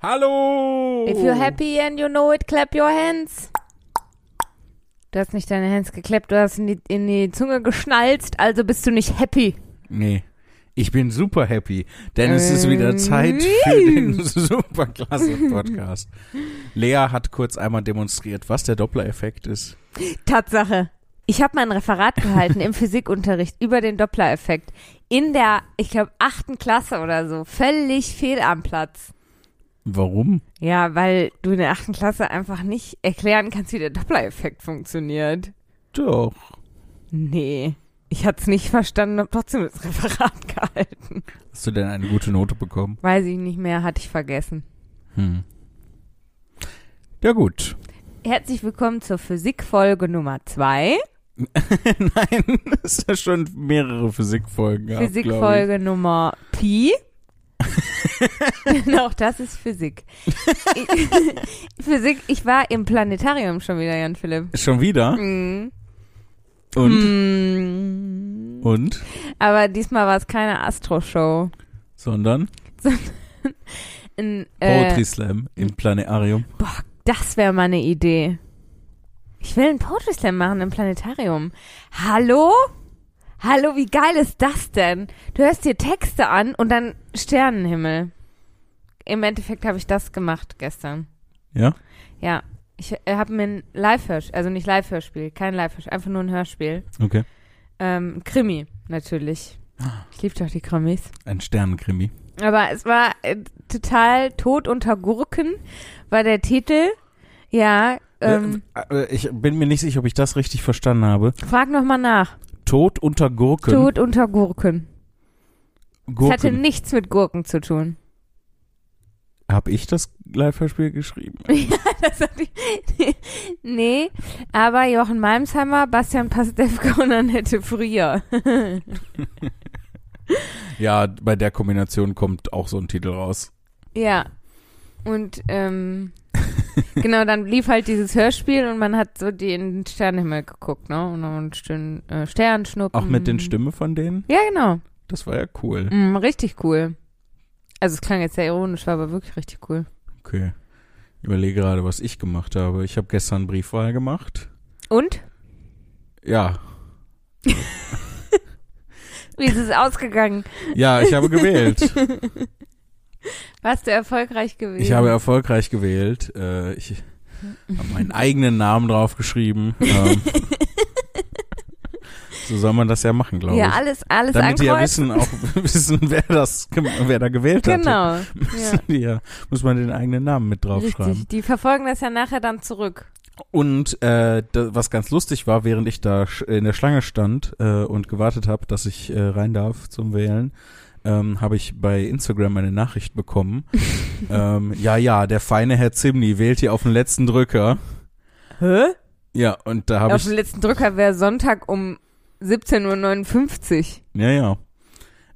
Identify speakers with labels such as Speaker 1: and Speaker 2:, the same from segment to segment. Speaker 1: Hallo!
Speaker 2: If you're happy and you know it, clap your hands. Du hast nicht deine Hands geklappt, du hast in die, in die Zunge geschnalzt, also bist du nicht happy.
Speaker 1: Nee. Ich bin super happy, denn es ist wieder Zeit für den
Speaker 2: Mm.
Speaker 1: Superklasse-Podcast. Lea hat kurz einmal demonstriert, was der Doppler-Effekt ist.
Speaker 2: Tatsache. Ich habe mein Referat gehalten im Physikunterricht über den Doppler-Effekt. In der, ich glaube, achten Klasse oder so. Völlig fehl am Platz.
Speaker 1: Warum?
Speaker 2: Ja, weil du in der achten Klasse einfach nicht erklären kannst, wie der Doppler-Effekt funktioniert.
Speaker 1: Doch.
Speaker 2: Nee. Ich hatte es nicht verstanden, habe trotzdem das Referat gehalten.
Speaker 1: Hast du denn eine gute Note bekommen?
Speaker 2: Weiß ich nicht mehr, hatte ich vergessen.
Speaker 1: Hm. Ja gut.
Speaker 2: Herzlich willkommen zur Physikfolge Nummer 2.
Speaker 1: Nein, es ist ja schon mehrere Physikfolgen gab, glaub
Speaker 2: Physikfolge Nummer Pi. Denn auch das ist Physik. Ich, Physik, ich war im Planetarium schon wieder, Jan Philipp.
Speaker 1: ich. Schon wieder?
Speaker 2: Mhm. Hm.
Speaker 1: Und?
Speaker 2: Mhm.
Speaker 1: Und?
Speaker 2: Aber diesmal war es keine Astro-Show.
Speaker 1: Sondern?
Speaker 2: Ein,
Speaker 1: Poetry
Speaker 2: äh,
Speaker 1: Slam im Planetarium.
Speaker 2: boah, das wäre mal eine Idee. Ich will einen Poetry Slam machen im Planetarium. Hallo? Hallo, wie geil ist das denn? Du hörst dir Texte an und dann Sternenhimmel. Im Endeffekt habe ich das gemacht gestern.
Speaker 1: Ja?
Speaker 2: Ja, ich äh, habe mir ein Live-Hörspiel, also nicht Live-Hörspiel, kein Live-Hörspiel, einfach nur ein Hörspiel.
Speaker 1: Okay.
Speaker 2: Ähm, ein Krimi, natürlich. Ich liebe doch die Krimis.
Speaker 1: Ein Sternenkrimi.
Speaker 2: Aber es war äh, total tot unter Gurken, war der Titel. Ja, ähm,
Speaker 1: Äh, äh, ich bin mir nicht sicher, ob ich das richtig verstanden habe.
Speaker 2: frag nochmal nach.
Speaker 1: Tod unter Gurken.
Speaker 2: Tot unter Gurken. Es hatte
Speaker 1: Gurken.
Speaker 2: nichts mit Gurken zu tun.
Speaker 1: Hab ich das Live-Hörspiel geschrieben?
Speaker 2: ja, das hatte ich. nee, aber Jochen Malmsheimer, Bastian Pastewka und Annette Frier.
Speaker 1: Ja, bei der Kombination kommt auch so ein Titel raus.
Speaker 2: Ja. Und ähm, genau, dann lief halt dieses Hörspiel und man hat so die in den Sternenhimmel geguckt, ne? Und dann Stern, äh, Sternschnuppen.
Speaker 1: Auch mit den Stimmen von denen?
Speaker 2: Ja, genau.
Speaker 1: Das war ja cool.
Speaker 2: Mm, richtig cool. Also es klang jetzt sehr ironisch, war aber wirklich richtig cool.
Speaker 1: Okay. Ich überlege gerade, was ich gemacht habe. Ich habe gestern Briefwahl gemacht.
Speaker 2: Und?
Speaker 1: Ja.
Speaker 2: Wie ist es ausgegangen?
Speaker 1: Ja, ich habe gewählt.
Speaker 2: Warst du erfolgreich gewesen?
Speaker 1: Ich habe erfolgreich gewählt. Äh, ich habe meinen eigenen Namen draufgeschrieben. Ähm, so soll man das ja machen, glaube
Speaker 2: ja
Speaker 1: ich.
Speaker 2: alles, alles
Speaker 1: Damit die ja
Speaker 2: ankreuzen.
Speaker 1: wissen, auch wissen, wer das, gem- wer da gewählt hat.
Speaker 2: Genau.
Speaker 1: Müssen die ja, muss man den eigenen Namen mit draufschreiben.
Speaker 2: Richtig. Die verfolgen das ja nachher dann zurück.
Speaker 1: Und äh, da, was ganz lustig war, während ich da sch- in der Schlange stand äh, und gewartet habe, dass ich äh, rein darf zum Wählen, ähm, habe ich bei Instagram eine Nachricht bekommen. ähm, ja, ja, der feine Herr Zimni wählt hier auf den letzten Drücker.
Speaker 2: Hä?
Speaker 1: Ja, und da habe
Speaker 2: Auf
Speaker 1: ich,
Speaker 2: dem letzten Drücker wäre Sonntag um 17.59 Uhr.
Speaker 1: ja, ja.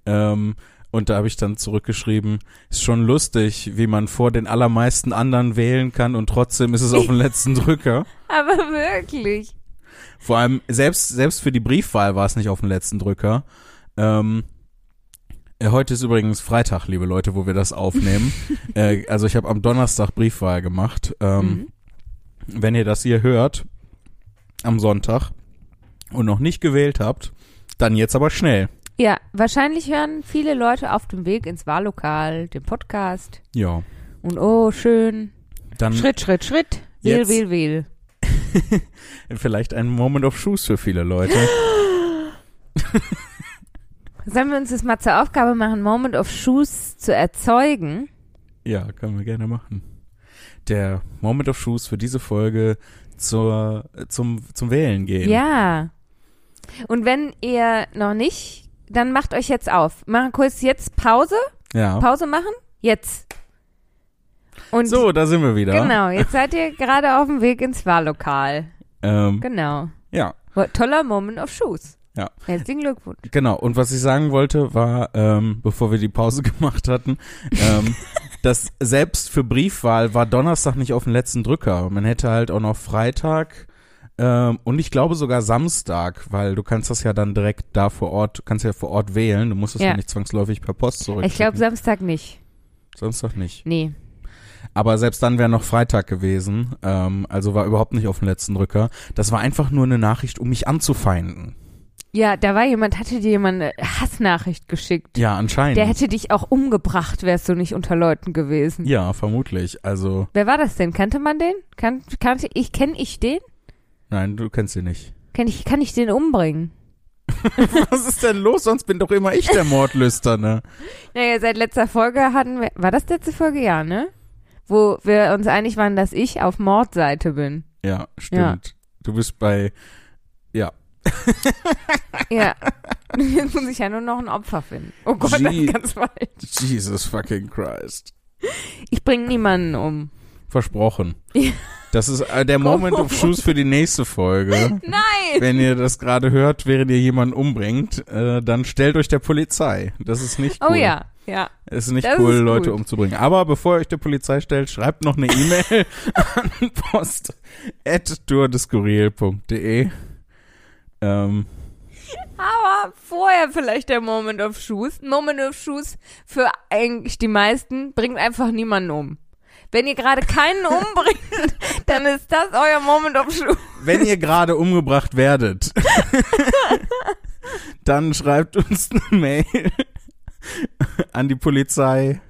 Speaker 1: Ähm, und da habe ich dann zurückgeschrieben, ist schon lustig, wie man vor den allermeisten anderen wählen kann und trotzdem ist es auf den letzten Drücker.
Speaker 2: Aber wirklich.
Speaker 1: Vor allem, selbst, selbst für die Briefwahl war es nicht auf den letzten Drücker. Ähm, äh, heute ist übrigens Freitag, liebe Leute, wo wir das aufnehmen. äh, also ich habe am Donnerstag Briefwahl gemacht.
Speaker 2: Mhm.
Speaker 1: Ähm, Wenn ihr das hier hört, am Sonntag, und noch nicht gewählt habt, dann jetzt aber schnell.
Speaker 2: Ja, wahrscheinlich hören viele Leute auf dem Weg ins Wahllokal den Podcast.
Speaker 1: Ja,
Speaker 2: Und oh, schön.
Speaker 1: dann
Speaker 2: Schritt, Schritt, Schritt. Wähl,
Speaker 1: Jetzt.
Speaker 2: wähl, wähl.
Speaker 1: vielleicht ein Moment of Shoes für viele Leute.
Speaker 2: Sollen wir uns das mal zur Aufgabe machen, Moment of Shoes zu erzeugen?
Speaker 1: Ja, können wir gerne machen. Der Moment of Shoes für diese Folge zur, zum, zum Wählen gehen.
Speaker 2: Ja. Und wenn ihr noch nicht, dann macht euch jetzt auf. Machen kurz jetzt Pause.
Speaker 1: ja.
Speaker 2: Pause machen. Jetzt. Und
Speaker 1: So, da sind wir wieder.
Speaker 2: genau, jetzt seid ihr gerade auf dem Weg ins Wahllokal.
Speaker 1: Ähm,
Speaker 2: Genau.
Speaker 1: ja,
Speaker 2: Wo- Toller Moment of Shoes.
Speaker 1: Ja.
Speaker 2: Herzlichen Glückwunsch.
Speaker 1: genau. Und was ich sagen wollte, war, ähm, bevor wir die Pause gemacht hatten, ähm, dass selbst für Briefwahl war Donnerstag nicht auf den letzten Drücker. Man hätte halt auch noch Freitag ähm, und ich glaube sogar Samstag, weil du kannst das ja dann direkt da vor Ort, du kannst ja vor Ort wählen. Du musst das ja,
Speaker 2: Ja.
Speaker 1: nicht zwangsläufig per Post zurück.
Speaker 2: Ich glaube Samstag nicht.
Speaker 1: Samstag nicht.
Speaker 2: Nee.
Speaker 1: Aber selbst dann wäre noch Freitag gewesen. Ähm, also war überhaupt nicht auf dem letzten Drücker. Das war einfach nur eine Nachricht, um mich anzufeinden.
Speaker 2: Ja, da war jemand, hatte dir jemand eine Hassnachricht geschickt.
Speaker 1: Ja, anscheinend.
Speaker 2: Der hätte dich auch umgebracht, wärst du nicht unter Leuten gewesen.
Speaker 1: ja, vermutlich. Also,
Speaker 2: Wer war das denn? Kannte man den? Kan kannte ich, kenne ich den?
Speaker 1: nein, du kennst sie nicht.
Speaker 2: Kenn ich, kann ich den umbringen?
Speaker 1: Was ist denn los? Sonst bin doch immer ich der ne? Mordlüsterne.
Speaker 2: Naja, seit letzter Folge hatten wir, war das letzte Folge? Ja, ne? Wo wir uns einig waren, dass ich auf Mordseite bin.
Speaker 1: Ja, stimmt. Du bist bei,
Speaker 2: Ja. Jetzt muss ich ja nur noch ein Opfer finden. Oh Gott, das
Speaker 1: Gee.
Speaker 2: ist ganz falsch.
Speaker 1: Jesus fucking Christ.
Speaker 2: Ich bringe niemanden um.
Speaker 1: Versprochen. Das ist äh, der Moment of Shoes für die nächste Folge.
Speaker 2: Nein!
Speaker 1: Wenn ihr das gerade hört, während ihr jemanden umbringt, äh, dann stellt euch der Polizei. Das ist nicht cool.
Speaker 2: Oh ja, ja.
Speaker 1: Ist nicht
Speaker 2: Das
Speaker 1: cool,
Speaker 2: ist gut.
Speaker 1: Leute umzubringen. Aber bevor ihr euch der Polizei stellt, schreibt noch eine E-Mail an post.tourdeskurril.de. Ähm,
Speaker 2: Aber vorher vielleicht der Moment of Shoes. Moment of Shoes für eigentlich die meisten bringt einfach niemanden um. Wenn ihr gerade keinen umbringt, dann ist das euer Moment of Shoes.
Speaker 1: wenn ihr gerade umgebracht werdet, dann schreibt uns eine Mail an die Polizei.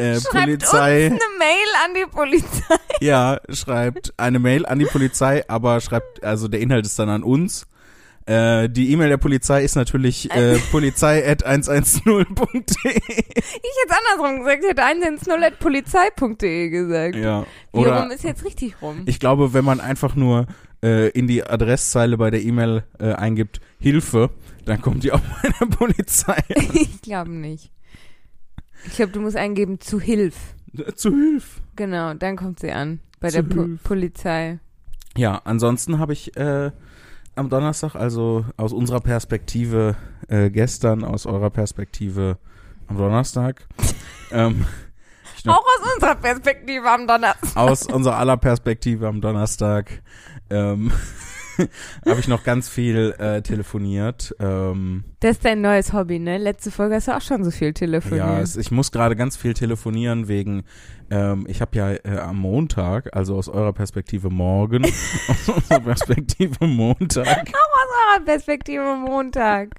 Speaker 1: Äh,
Speaker 2: Schreibt
Speaker 1: Polizei,
Speaker 2: uns eine Mail an die Polizei.
Speaker 1: ja, schreibt eine Mail an die Polizei, aber schreibt, also der Inhalt ist dann an uns. Äh, die E-Mail der Polizei ist natürlich äh, polizei.110.de.
Speaker 2: Ich hätte andersrum gesagt, ich hätte 110.polizei.de E gesagt.
Speaker 1: Ja,
Speaker 2: Wie rum
Speaker 1: oder
Speaker 2: ist jetzt richtig rum?
Speaker 1: ich glaube, wenn man einfach nur äh, in die Adresszeile bei der E-Mail äh, eingibt, Hilfe, dann kommt die auch bei der Polizei
Speaker 2: Ich glaube nicht. Ich glaube, du musst eingeben zu Hilf.
Speaker 1: Zu Hilfe.
Speaker 2: Genau, dann kommt sie an. Bei
Speaker 1: Zu
Speaker 2: der Po-
Speaker 1: Hilf.
Speaker 2: Polizei.
Speaker 1: Ja, ansonsten habe ich äh, am Donnerstag, also aus unserer Perspektive äh, gestern, aus eurer Perspektive am Donnerstag, ähm, ich noch,
Speaker 2: Auch aus unserer Perspektive am Donnerstag.
Speaker 1: aus unserer aller Perspektive am Donnerstag, ähm, habe ich noch ganz viel äh, telefoniert. Ähm,
Speaker 2: Das ist dein neues Hobby, ne? Letzte Folge hast du auch schon so viel telefoniert.
Speaker 1: Ja, es, ich muss gerade ganz viel telefonieren wegen, ähm, ich habe ja äh, am Montag, also aus eurer Perspektive morgen, aus unserer Perspektive Montag,
Speaker 2: Ah, Perspektive Montag.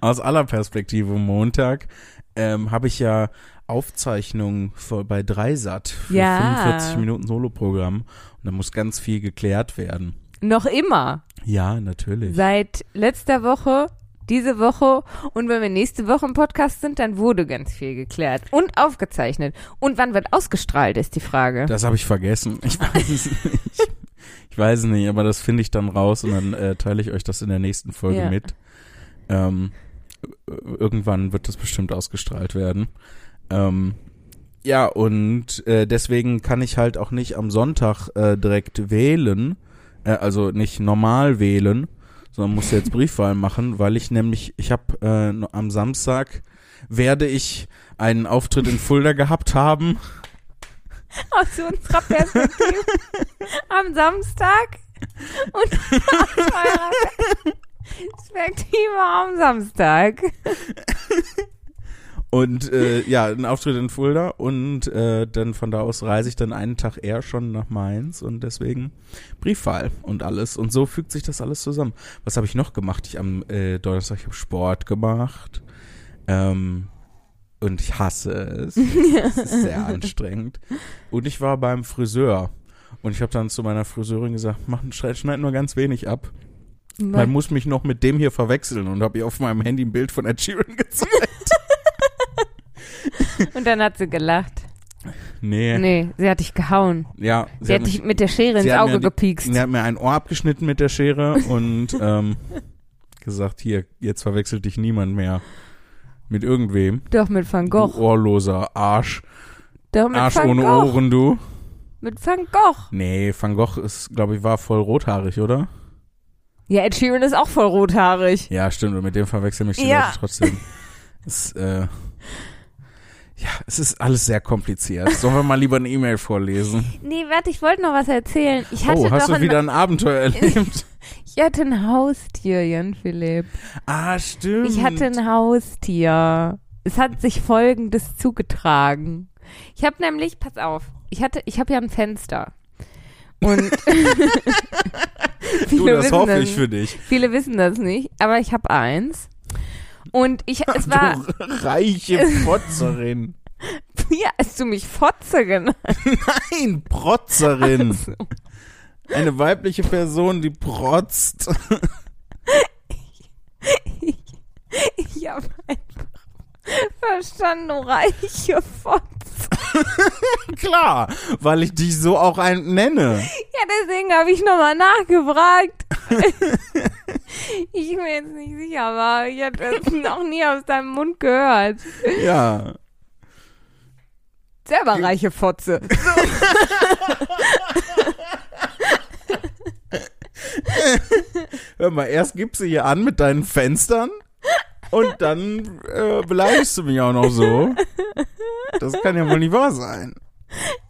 Speaker 1: aus aller Perspektive Montag, ähm, habe ich ja Aufzeichnungen für, bei Dreisat für
Speaker 2: Ja.
Speaker 1: 45 Minuten Soloprogramm und da muss ganz viel geklärt werden.
Speaker 2: Noch immer.
Speaker 1: Ja, natürlich.
Speaker 2: Seit letzter Woche, diese Woche und wenn wir nächste Woche im Podcast sind, dann wurde ganz viel geklärt und aufgezeichnet. Und wann wird ausgestrahlt, ist die Frage.
Speaker 1: Das habe ich vergessen. Ich weiß es nicht. Ich weiß es nicht, aber das finde ich dann raus und dann äh, teile ich euch das in der nächsten Folge
Speaker 2: Ja.
Speaker 1: mit. Ähm, irgendwann wird das bestimmt ausgestrahlt werden. Ähm, ja, und äh, deswegen kann ich halt auch nicht am Sonntag äh, direkt wählen, äh, also nicht normal wählen, sondern muss jetzt Briefwahl machen, weil ich nämlich, ich habe äh, no- am Samstag werde ich einen Auftritt in Fulda gehabt haben.
Speaker 2: aus unserer Perspektive am Samstag und aus eurer Perspektive am Samstag.
Speaker 1: Und äh, ja, ein Auftritt in Fulda und äh, dann von da aus reise ich dann einen Tag eher schon nach Mainz und deswegen Briefwahl und alles. Und so fügt sich das alles zusammen. Was habe ich noch gemacht? Ich am äh, Donnerstag ich habe Sport gemacht ähm, und ich hasse es. es ist sehr anstrengend. Und ich war beim Friseur und ich habe dann zu meiner Friseurin gesagt, mach, schneid, schneid nur ganz wenig ab. Man muss mich noch mit dem hier verwechseln und habe ihr auf meinem Handy ein Bild von Ed Sheeran gezeigt.
Speaker 2: Und dann hat sie gelacht.
Speaker 1: Nee.
Speaker 2: Nee, sie hat dich gehauen.
Speaker 1: Ja,
Speaker 2: Sie, hat dich mit der Schere
Speaker 1: sie
Speaker 2: ins
Speaker 1: hat mir
Speaker 2: Auge
Speaker 1: die-
Speaker 2: gepiekst.
Speaker 1: Sie hat mir ein Ohr abgeschnitten mit der Schere und ähm, gesagt, hier, jetzt verwechselt dich niemand mehr mit irgendwem.
Speaker 2: Doch mit Van
Speaker 1: Du
Speaker 2: Gogh.
Speaker 1: ohrloser Arsch.
Speaker 2: Doch mit
Speaker 1: Arsch
Speaker 2: Van
Speaker 1: ohne
Speaker 2: Gogh.
Speaker 1: Ohren, du.
Speaker 2: Mit Van Gogh.
Speaker 1: Nee, Van Gogh ist, glaube ich, war voll rothaarig, oder?
Speaker 2: Ja, Ed Sheeran ist auch voll rothaarig.
Speaker 1: Ja, stimmt. Und mit dem verwechseln mich die
Speaker 2: Ja.
Speaker 1: Leute trotzdem. Es, äh, ja, es ist alles sehr kompliziert. Sollen wir mal lieber eine E-Mail vorlesen?
Speaker 2: Nee, warte, ich wollte noch was erzählen. Ich hatte
Speaker 1: Oh, hast
Speaker 2: doch
Speaker 1: du
Speaker 2: ein,
Speaker 1: wieder ein Abenteuer erlebt?
Speaker 2: ich hatte ein Haustier, Jan Philipp.
Speaker 1: ah, stimmt.
Speaker 2: Ich hatte ein Haustier. Es hat sich Folgendes zugetragen. Ich habe nämlich, pass auf, ich hatte, ich habe ja ein Fenster. Und viele,
Speaker 1: Du, das
Speaker 2: wissen
Speaker 1: hoffe
Speaker 2: das,
Speaker 1: ich für dich.
Speaker 2: viele wissen das nicht, aber ich habe eins. Und ich, es war,
Speaker 1: du reiche Protzerin.
Speaker 2: ja, hast du mich Fotze genannt.
Speaker 1: Nein, Protzerin.
Speaker 2: So.
Speaker 1: Eine weibliche Person, die protzt.
Speaker 2: Ich habe einfach verstanden, reiche Fotze.
Speaker 1: Klar, weil ich dich so auch ein nenne.
Speaker 2: Ja, deswegen habe ich nochmal nachgefragt. ich bin mir jetzt nicht sicher, aber ich habe das noch nie aus deinem Mund gehört.
Speaker 1: Ja.
Speaker 2: Selber reiche Fotze.
Speaker 1: Hör mal, erst gibst du hier an mit deinen Fenstern und dann äh, beleidigst du mich auch noch so. Das kann ja wohl nicht wahr sein.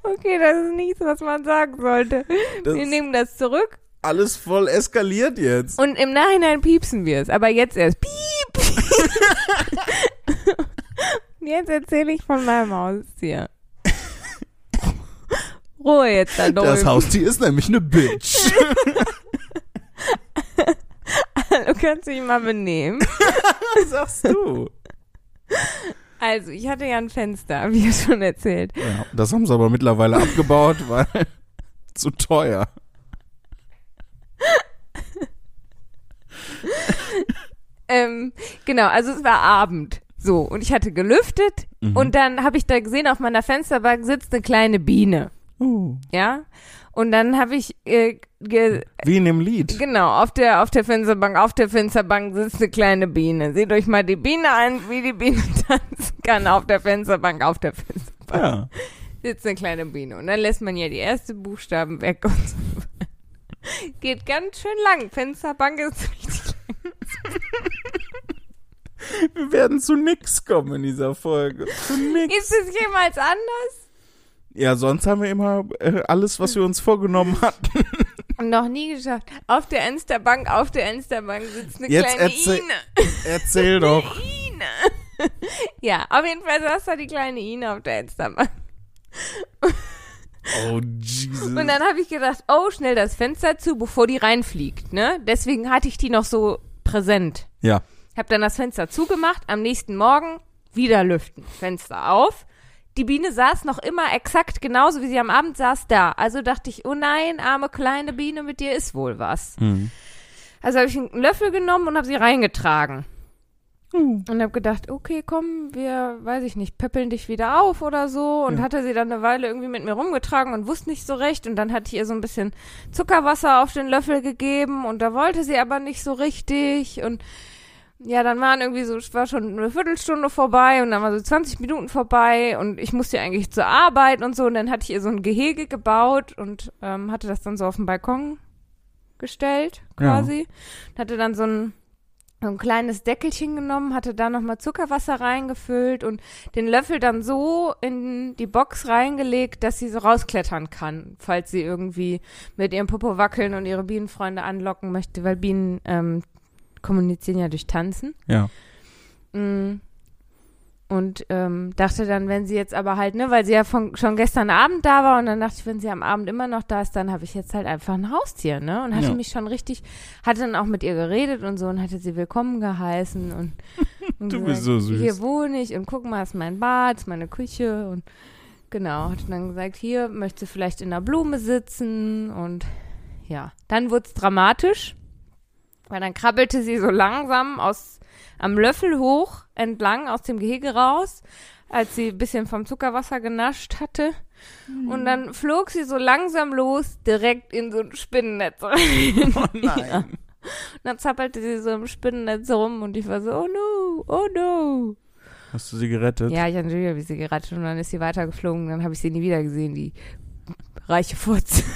Speaker 2: Okay, das ist nichts, was man sagen sollte.
Speaker 1: Das
Speaker 2: Wir
Speaker 1: ist
Speaker 2: nehmen das zurück
Speaker 1: alles voll eskaliert jetzt.
Speaker 2: und im Nachhinein piepsen wir es. Aber jetzt erst piep. Und jetzt erzähle ich von meinem Haustier. Ruhe jetzt da drüben.
Speaker 1: Das Haustier ist nämlich eine Bitch.
Speaker 2: Du kannst dich mal benehmen.
Speaker 1: Was sagst du?
Speaker 2: Also, ich hatte ja ein Fenster, wie schon erzählt.
Speaker 1: Ja, das haben sie aber mittlerweile abgebaut, weil zu teuer.
Speaker 2: Ähm, genau, also es war Abend. So, und ich hatte gelüftet und dann habe ich da gesehen, auf meiner Fensterbank sitzt eine kleine Biene.
Speaker 1: Uh,
Speaker 2: Ja? Und dann habe ich, äh, ge
Speaker 1: wie in dem Lied.
Speaker 2: genau, auf der, auf der Fensterbank, auf der Fensterbank sitzt eine kleine Biene. Seht euch mal die Biene an, wie die Biene tanzen kann auf der Fensterbank, auf der Fensterbank.
Speaker 1: Ja.
Speaker 2: sitzt eine kleine Biene. Und dann lässt man ja die ersten Buchstaben weg und so. Geht ganz schön lang. Fensterbank ist richtig.
Speaker 1: Wir werden zu nix kommen in dieser Folge. Zu nix.
Speaker 2: Ist es jemals anders?
Speaker 1: Ja, sonst haben wir immer äh, alles, was wir uns vorgenommen hatten.
Speaker 2: Noch nie geschafft. Auf der Ensterbank, auf der Ensterbank sitzt eine
Speaker 1: Jetzt
Speaker 2: kleine
Speaker 1: erzähl-
Speaker 2: Ine.
Speaker 1: Erzähl doch.
Speaker 2: Ine. Ja, auf jeden Fall saß da die kleine Ine auf der Ensterbank.
Speaker 1: Oh, Jesus.
Speaker 2: Und dann habe ich gedacht, oh, schnell das Fenster zu, bevor die reinfliegt, ne? Deswegen hatte ich die noch so präsent.
Speaker 1: Ja.
Speaker 2: Hab dann das Fenster zugemacht, am nächsten Morgen wieder lüften. Fenster auf. Die Biene saß noch immer exakt genauso, wie sie am Abend saß, da. Also dachte ich, oh nein, arme kleine Biene, mit dir ist wohl was. Also habe ich einen Löffel genommen und habe sie reingetragen. Und habe gedacht, okay, komm, wir, weiß ich nicht, pöppeln dich wieder auf oder so. Und hatte sie dann eine Weile irgendwie mit mir rumgetragen und wusste nicht so recht. Und dann hatte ich ihr so ein bisschen Zuckerwasser auf den Löffel gegeben und da wollte sie aber nicht so richtig. Und ja, dann waren irgendwie so, es war schon eine Viertelstunde vorbei und dann war so 20 Minuten vorbei und ich musste ja eigentlich zur Arbeit und so und dann hatte ich ihr so ein Gehege gebaut und ähm, hatte das dann so auf den Balkon gestellt
Speaker 1: Ja.
Speaker 2: quasi und hatte dann so ein, so ein kleines Deckelchen genommen, hatte da nochmal Zuckerwasser reingefüllt und den Löffel dann so in die Box reingelegt, dass sie so rausklettern kann, falls sie irgendwie mit ihrem Popo wackeln und ihre Bienenfreunde anlocken möchte, weil Bienen ähm, kommunizieren ja durch Tanzen.
Speaker 1: Ja.
Speaker 2: Mm. Und ähm, dachte dann, wenn sie jetzt aber halt, ne, weil sie ja von, schon gestern Abend da war und dann dachte ich, wenn sie am Abend immer noch da ist, dann habe ich jetzt halt einfach ein Haustier, ne? Und hatte
Speaker 1: Ja.
Speaker 2: mich schon richtig, hatte dann auch mit ihr geredet und so und hatte sie willkommen geheißen und, und
Speaker 1: Du bist so süß.
Speaker 2: hier wohne ich und guck mal, ist mein Bad, ist meine Küche und genau, hatte dann gesagt, hier möchtest du vielleicht in der Blume sitzen und ja. Dann wurde es dramatisch, weil dann krabbelte sie so langsam aus am Löffel hoch entlang aus dem Gehege raus, als sie ein bisschen vom Zuckerwasser genascht hatte. Und dann flog sie so langsam los, direkt in so ein Spinnennetz rein.
Speaker 1: Oh nein.
Speaker 2: Und dann zappelte sie so im Spinnennetz rum und ich war so, oh no, oh no.
Speaker 1: Hast du sie gerettet?
Speaker 2: Ja, ich natürlich habe ich sie gerettet und dann ist sie weitergeflogen. Dann habe ich sie nie wieder gesehen, die reiche Furz.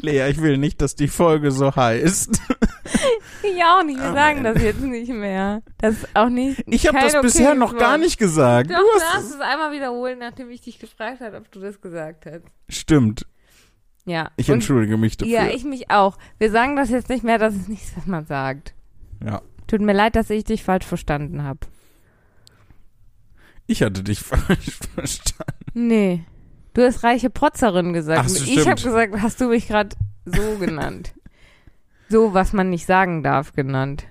Speaker 1: Lea, ich will nicht, dass die Folge so heißt.
Speaker 2: Ich auch nicht, wir
Speaker 1: Oh
Speaker 2: sagen
Speaker 1: Mann.
Speaker 2: das jetzt nicht mehr. Das ist auch nicht.
Speaker 1: Ich habe
Speaker 2: kein
Speaker 1: das bisher
Speaker 2: okayes
Speaker 1: noch gar
Speaker 2: Wort.
Speaker 1: nicht gesagt.
Speaker 2: Doch, du darfst es einmal wiederholen, nachdem ich dich gefragt habe, ob du das gesagt hast.
Speaker 1: Stimmt.
Speaker 2: Ja.
Speaker 1: Ich
Speaker 2: und,
Speaker 1: entschuldige mich dafür.
Speaker 2: Ja, ich mich auch. Wir sagen das jetzt nicht mehr, das ist nichts, was man sagt.
Speaker 1: Ja.
Speaker 2: Tut mir leid, dass ich dich falsch verstanden habe.
Speaker 1: Ich hatte dich falsch verstanden.
Speaker 2: Nee. Du hast reiche Protzerin gesagt.
Speaker 1: Ach so,
Speaker 2: ich habe
Speaker 1: stimmt.
Speaker 2: gesagt, hast du mich gerade so genannt. so, was man nicht sagen darf, genannt.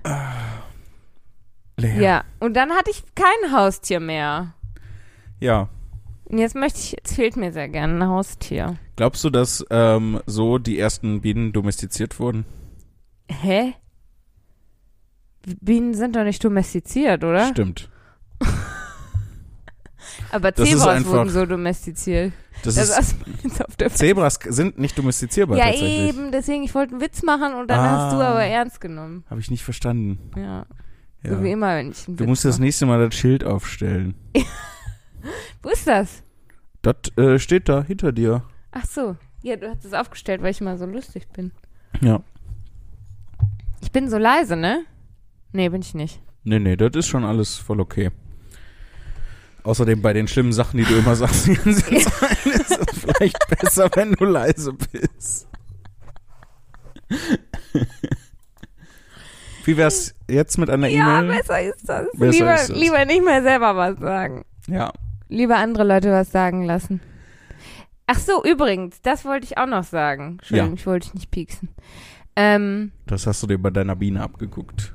Speaker 1: Lea.
Speaker 2: Ja. Und dann hatte ich kein Haustier mehr.
Speaker 1: Ja.
Speaker 2: Und jetzt möchte ich, jetzt fehlt mir sehr gerne ein Haustier.
Speaker 1: Glaubst du, dass ähm, so die ersten Bienen domestiziert wurden?
Speaker 2: Hä? Bienen sind doch nicht domestiziert, oder?
Speaker 1: Stimmt.
Speaker 2: Aber
Speaker 1: Das ist
Speaker 2: Zebras
Speaker 1: einfach-
Speaker 2: wurden so domestiziert.
Speaker 1: Das
Speaker 2: Das
Speaker 1: ist,
Speaker 2: ist jetzt auf der
Speaker 1: Zebras sind nicht domestizierbar
Speaker 2: Ja,
Speaker 1: tatsächlich.
Speaker 2: eben, deswegen, ich wollte einen Witz machen und dann
Speaker 1: Ah.
Speaker 2: hast du aber ernst genommen.
Speaker 1: Habe ich nicht verstanden.
Speaker 2: Ja.
Speaker 1: Ja.
Speaker 2: So wie immer, wenn ich einen
Speaker 1: Du
Speaker 2: Witz
Speaker 1: musst das
Speaker 2: mache.
Speaker 1: nächste Mal das Schild aufstellen.
Speaker 2: Wo ist das?
Speaker 1: Das äh, steht da hinter dir.
Speaker 2: Ach so. Ja, du hast es aufgestellt, weil ich mal so lustig bin.
Speaker 1: Ja.
Speaker 2: Ich bin so leise, ne? Nee, bin ich nicht.
Speaker 1: Nee, nee, das ist schon alles voll okay. Außerdem bei den schlimmen Sachen, die du immer sagst, die ganze Zeit, ist es vielleicht besser, wenn du leise bist. Wie wär's jetzt mit einer
Speaker 2: Ja,
Speaker 1: E-Mail?
Speaker 2: besser ist das.
Speaker 1: Besser
Speaker 2: lieber,
Speaker 1: ist das.
Speaker 2: lieber nicht mehr selber was sagen.
Speaker 1: Ja.
Speaker 2: Lieber andere Leute was sagen lassen. Ach so, übrigens, das wollte ich auch noch sagen. Entschuldigung, ich wollte dich nicht pieksen. Ähm,
Speaker 1: Das hast du dir bei deiner Biene abgeguckt.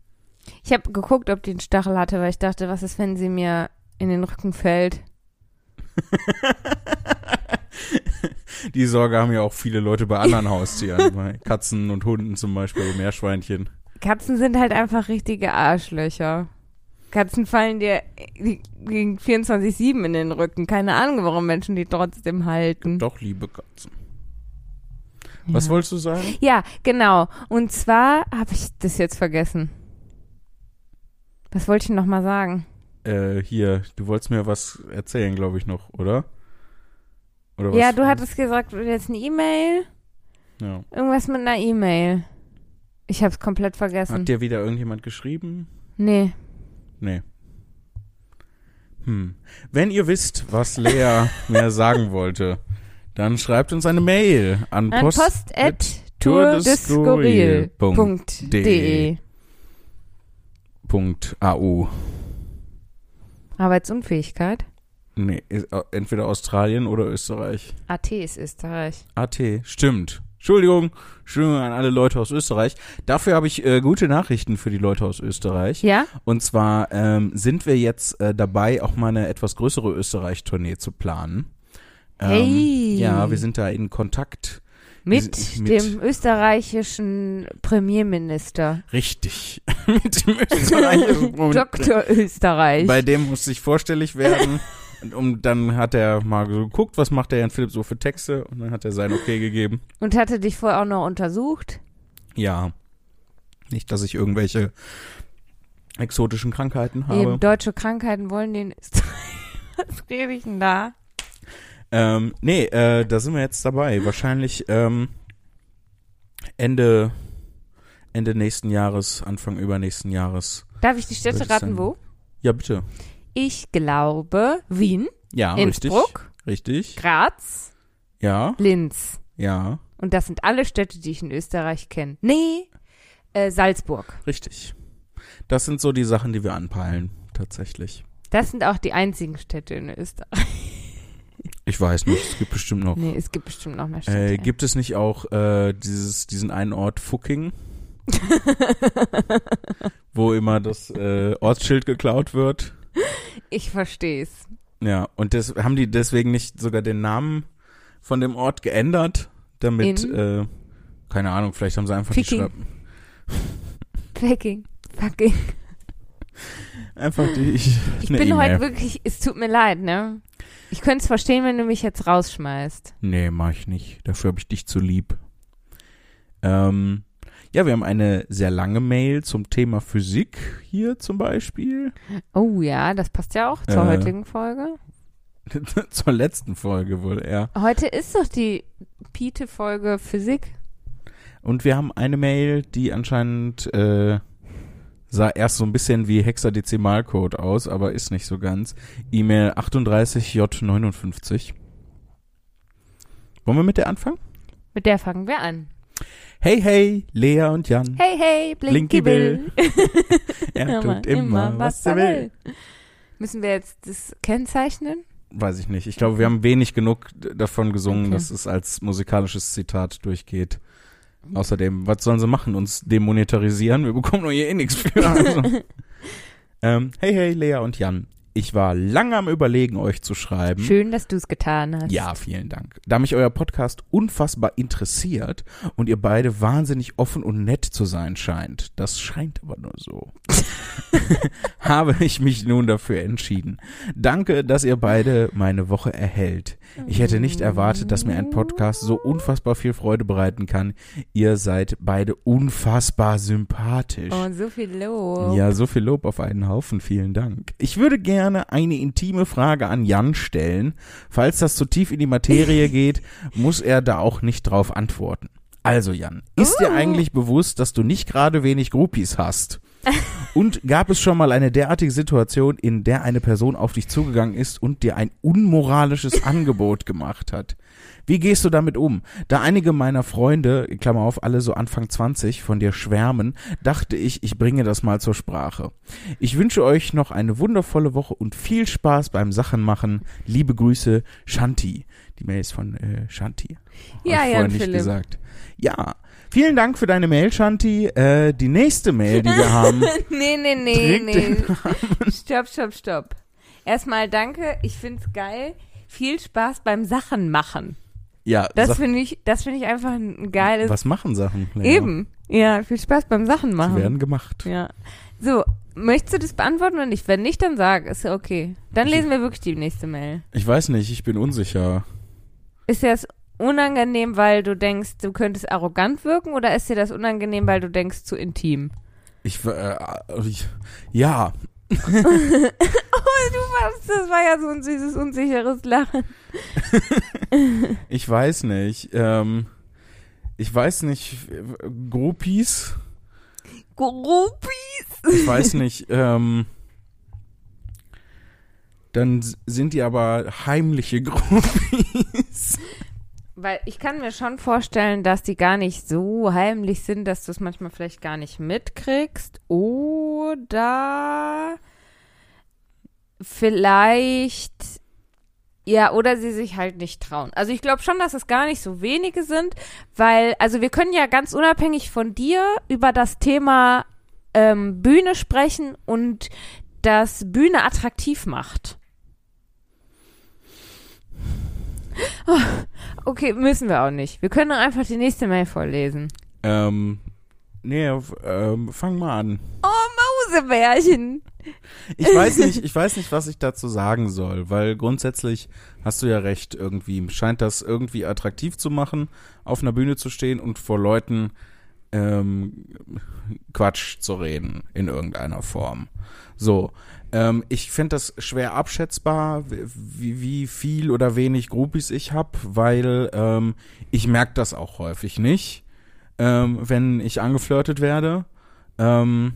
Speaker 2: ich habe geguckt, ob die einen Stachel hatte, weil ich dachte, was ist, wenn sie mir in den Rücken fällt?
Speaker 1: Die Sorge haben ja auch viele Leute bei anderen Haustieren, bei Katzen und Hunden zum Beispiel, bei Meerschweinchen.
Speaker 2: Katzen sind halt einfach richtige Arschlöcher. Katzen fallen dir gegen 24-7 in den Rücken. Keine Ahnung, warum Menschen die trotzdem halten.
Speaker 1: Doch, liebe Katzen. Was
Speaker 2: ja.
Speaker 1: wolltest du sagen?
Speaker 2: Ja, genau. Und zwar habe ich das jetzt vergessen. Was wollte ich noch mal sagen?
Speaker 1: äh, hier, du wolltest mir was erzählen, glaube ich, noch, oder? Oder was?
Speaker 2: Ja, du hattest gesagt, jetzt eine E-Mail.
Speaker 1: Ja.
Speaker 2: Irgendwas mit einer E-Mail. Ich habe es komplett vergessen.
Speaker 1: Hat dir wieder irgendjemand geschrieben?
Speaker 2: Nee.
Speaker 1: Nee. Hm. Wenn ihr wisst, was Lea mir sagen wollte, dann schreibt uns eine Mail an,
Speaker 2: An
Speaker 1: Post.
Speaker 2: Post at
Speaker 1: Tour des Skurril
Speaker 2: Punkt
Speaker 1: Punkt
Speaker 2: de.
Speaker 1: de. Punkt AU.
Speaker 2: Arbeitsunfähigkeit.
Speaker 1: Nee, ist, äh, entweder Australien oder Österreich.
Speaker 2: AT ist Österreich.
Speaker 1: AT, stimmt. Entschuldigung, Entschuldigung an alle Leute aus Österreich. Dafür habe ich äh, gute Nachrichten für die Leute aus Österreich.
Speaker 2: Ja?
Speaker 1: Und zwar ähm, sind wir jetzt äh, dabei, auch mal eine etwas größere Österreich-Tournee zu planen. Ähm,
Speaker 2: Hey.
Speaker 1: Ja, wir sind da in Kontakt.
Speaker 2: Mit,
Speaker 1: Mit-
Speaker 2: dem österreichischen Premierminister.
Speaker 1: Richtig. Mit dem österreichischen Problem.
Speaker 2: Dr. Österreich.
Speaker 1: Bei dem musste ich vorstellig werden. Und um, dann hat er mal so geguckt, was macht der Jan Philipp so für Texte. Und dann hat er sein Okay gegeben.
Speaker 2: Und hatte dich vorher auch noch untersucht.
Speaker 1: Ja. Nicht, dass ich irgendwelche exotischen Krankheiten habe.
Speaker 2: Eben deutsche Krankheiten wollen den Österreich. Was rede ich denn da?
Speaker 1: Ähm, nee, äh, da sind wir jetzt dabei. Wahrscheinlich ähm, Ende, Ende nächsten Jahres, Anfang übernächsten Jahres.
Speaker 2: Darf ich die Städte
Speaker 1: Würde ich
Speaker 2: raten,
Speaker 1: sagen.
Speaker 2: wo?
Speaker 1: Ja, bitte.
Speaker 2: Ich glaube Wien,
Speaker 1: Ja,
Speaker 2: Innsbruck,
Speaker 1: richtig. Richtig.
Speaker 2: Graz,
Speaker 1: Ja,
Speaker 2: Linz.
Speaker 1: ja,
Speaker 2: Und das sind alle Städte, die ich in Österreich kenne. Nee, äh, Salzburg.
Speaker 1: richtig. Das sind so die Sachen, die wir anpeilen, tatsächlich.
Speaker 2: Das sind auch die einzigen Städte in Österreich.
Speaker 1: Ich weiß nicht, es gibt bestimmt noch.
Speaker 2: Nee, es gibt bestimmt noch mehr Städte.
Speaker 1: Oh. Äh, gibt es nicht auch äh, dieses, diesen einen Ort Fucking, wo immer das äh, Ortsschild geklaut wird?
Speaker 2: ich versteh's.
Speaker 1: Ja, und das haben die deswegen nicht sogar den Namen von dem Ort geändert, damit,
Speaker 2: In?
Speaker 1: äh, keine Ahnung, vielleicht haben sie einfach die,
Speaker 2: Peking.
Speaker 1: Schreib
Speaker 2: Fucking, fucking.
Speaker 1: einfach die ich,
Speaker 2: Ich
Speaker 1: ne
Speaker 2: bin
Speaker 1: E-Mail.
Speaker 2: heute wirklich, es tut mir leid, ne? Ich könnte es verstehen, wenn du mich jetzt rausschmeißt.
Speaker 1: Nee, mach ich nicht. Dafür habe ich dich zu lieb. Ähm, ja, wir haben eine sehr lange Mail zum Thema Physik hier zum Beispiel.
Speaker 2: Oh ja, das passt ja auch zur
Speaker 1: Äh.
Speaker 2: heutigen Folge.
Speaker 1: Zur letzten Folge wohl eher.
Speaker 2: Heute ist doch die Piete-Folge Physik.
Speaker 1: Und wir haben eine Mail, die anscheinend äh, sah erst so ein bisschen wie Hexadezimalcode aus, aber ist nicht so ganz. E-Mail 38j59. Wollen wir mit der anfangen?
Speaker 2: Mit der fangen wir an.
Speaker 1: Hey, hey, Lea und Jan.
Speaker 2: Hey, hey, Blinky,
Speaker 1: Blinky
Speaker 2: Bill.
Speaker 1: Er tut immer, was er will.
Speaker 2: Müssen wir jetzt das kennzeichnen?
Speaker 1: Weiß ich nicht. Ich glaube, wir haben wenig genug d- davon gesungen,
Speaker 2: Okay.
Speaker 1: dass es als musikalisches Zitat durchgeht. Außerdem, was sollen sie machen? Uns demonetarisieren? Wir bekommen doch hier eh nichts für. Also. ähm, hey, hey, Lea und Jan. Ich war lange am Überlegen, euch zu schreiben.
Speaker 2: Schön, dass du es getan hast.
Speaker 1: Mhm. Ja, vielen Dank. Da mich euer Podcast unfassbar interessiert und ihr beide wahnsinnig offen und nett zu sein scheint, das scheint aber nur so, habe ich mich nun dafür entschieden. Danke, dass ihr beide meine Woche erhält. Ich hätte nicht erwartet, dass mir ein Podcast so unfassbar viel Freude bereiten kann. Ihr seid beide unfassbar sympathisch.
Speaker 2: Und Oh, so viel Lob.
Speaker 1: Ja, so viel Lob auf einen Haufen, vielen Dank. Ich würde gerne eine intime Frage an Jan stellen. Falls das zu tief in die Materie geht, muss er da auch nicht drauf antworten. Also Jan, ist dir
Speaker 2: Oh.
Speaker 1: eigentlich bewusst, dass du nicht gerade wenig Groupies hast? Und gab es schon mal eine derartige Situation, in der eine Person auf dich zugegangen ist und dir ein unmoralisches Angebot gemacht hat? Wie gehst du damit um? Da einige meiner Freunde, in Klammer auf, alle so Anfang 20 von dir schwärmen, dachte ich, ich bringe das mal zur Sprache. Ich wünsche euch noch eine wundervolle Woche und viel Spaß beim Sachenmachen. Liebe Grüße, Shanti. Die Mail ist von äh, Shanti. Hab
Speaker 2: Ja,
Speaker 1: ich
Speaker 2: Jan
Speaker 1: vorher nicht
Speaker 2: Philipp.
Speaker 1: gesagt. Ja. Vielen Dank für deine Mail, Shanti. Äh, die nächste Mail, die wir haben.
Speaker 2: nee, nee, nee,
Speaker 1: trägt
Speaker 2: nee.
Speaker 1: den-
Speaker 2: Stopp, stopp, stopp. Erstmal danke, ich find's geil. Viel Spaß beim Sachen machen.
Speaker 1: Ja,
Speaker 2: Das
Speaker 1: Sach-
Speaker 2: finde ich, das finde ich einfach ein geiles.
Speaker 1: was machen Sachen? Lena?
Speaker 2: Eben. Ja, viel Spaß beim Sachen
Speaker 1: Die
Speaker 2: machen.
Speaker 1: werden gemacht.
Speaker 2: Ja. So, möchtest du das beantworten oder nicht? Wenn nicht, dann sag, ist ja okay. Dann
Speaker 1: Ich-
Speaker 2: lesen wir wirklich die nächste Mail.
Speaker 1: Ich weiß nicht, ich bin unsicher.
Speaker 2: Ist dir das unangenehm, weil du denkst, du könntest arrogant wirken oder ist dir das unangenehm, weil du denkst, zu intim?
Speaker 1: Ich, äh, ich ja,
Speaker 2: Oh, du warst, das war ja so ein süßes, unsicheres Lachen.
Speaker 1: Ich weiß nicht. Ähm, ich weiß nicht, äh, Groupies.
Speaker 2: Groupies.
Speaker 1: Ich weiß nicht. Ähm, dann s- sind die aber heimliche Groupies.
Speaker 2: Weil ich kann mir schon vorstellen, dass die gar nicht so heimlich sind, dass du es manchmal vielleicht gar nicht mitkriegst. Oder vielleicht, ja, oder sie sich halt nicht trauen. Also ich glaube schon, dass es gar nicht so wenige sind, weil, also wir können ja ganz unabhängig von dir über das Thema ähm, Bühne sprechen und das Bühne attraktiv macht. Okay, müssen wir auch nicht. Wir können einfach die nächste Mail vorlesen.
Speaker 1: Ähm, nee, f- ähm, fang mal an.
Speaker 2: Oh, Mausebärchen.
Speaker 1: Ich weiß nicht, ich weiß nicht, was ich dazu sagen soll, weil grundsätzlich hast du ja recht irgendwie. Scheint das irgendwie attraktiv zu machen, auf einer Bühne zu stehen und vor Leuten ähm, Quatsch zu reden in irgendeiner Form. So. Ähm, ich finde das schwer abschätzbar, wie, wie viel oder wenig Groupies ich habe, weil ähm, ich merke das auch häufig nicht, ähm, wenn ich angeflirtet werde. Ähm,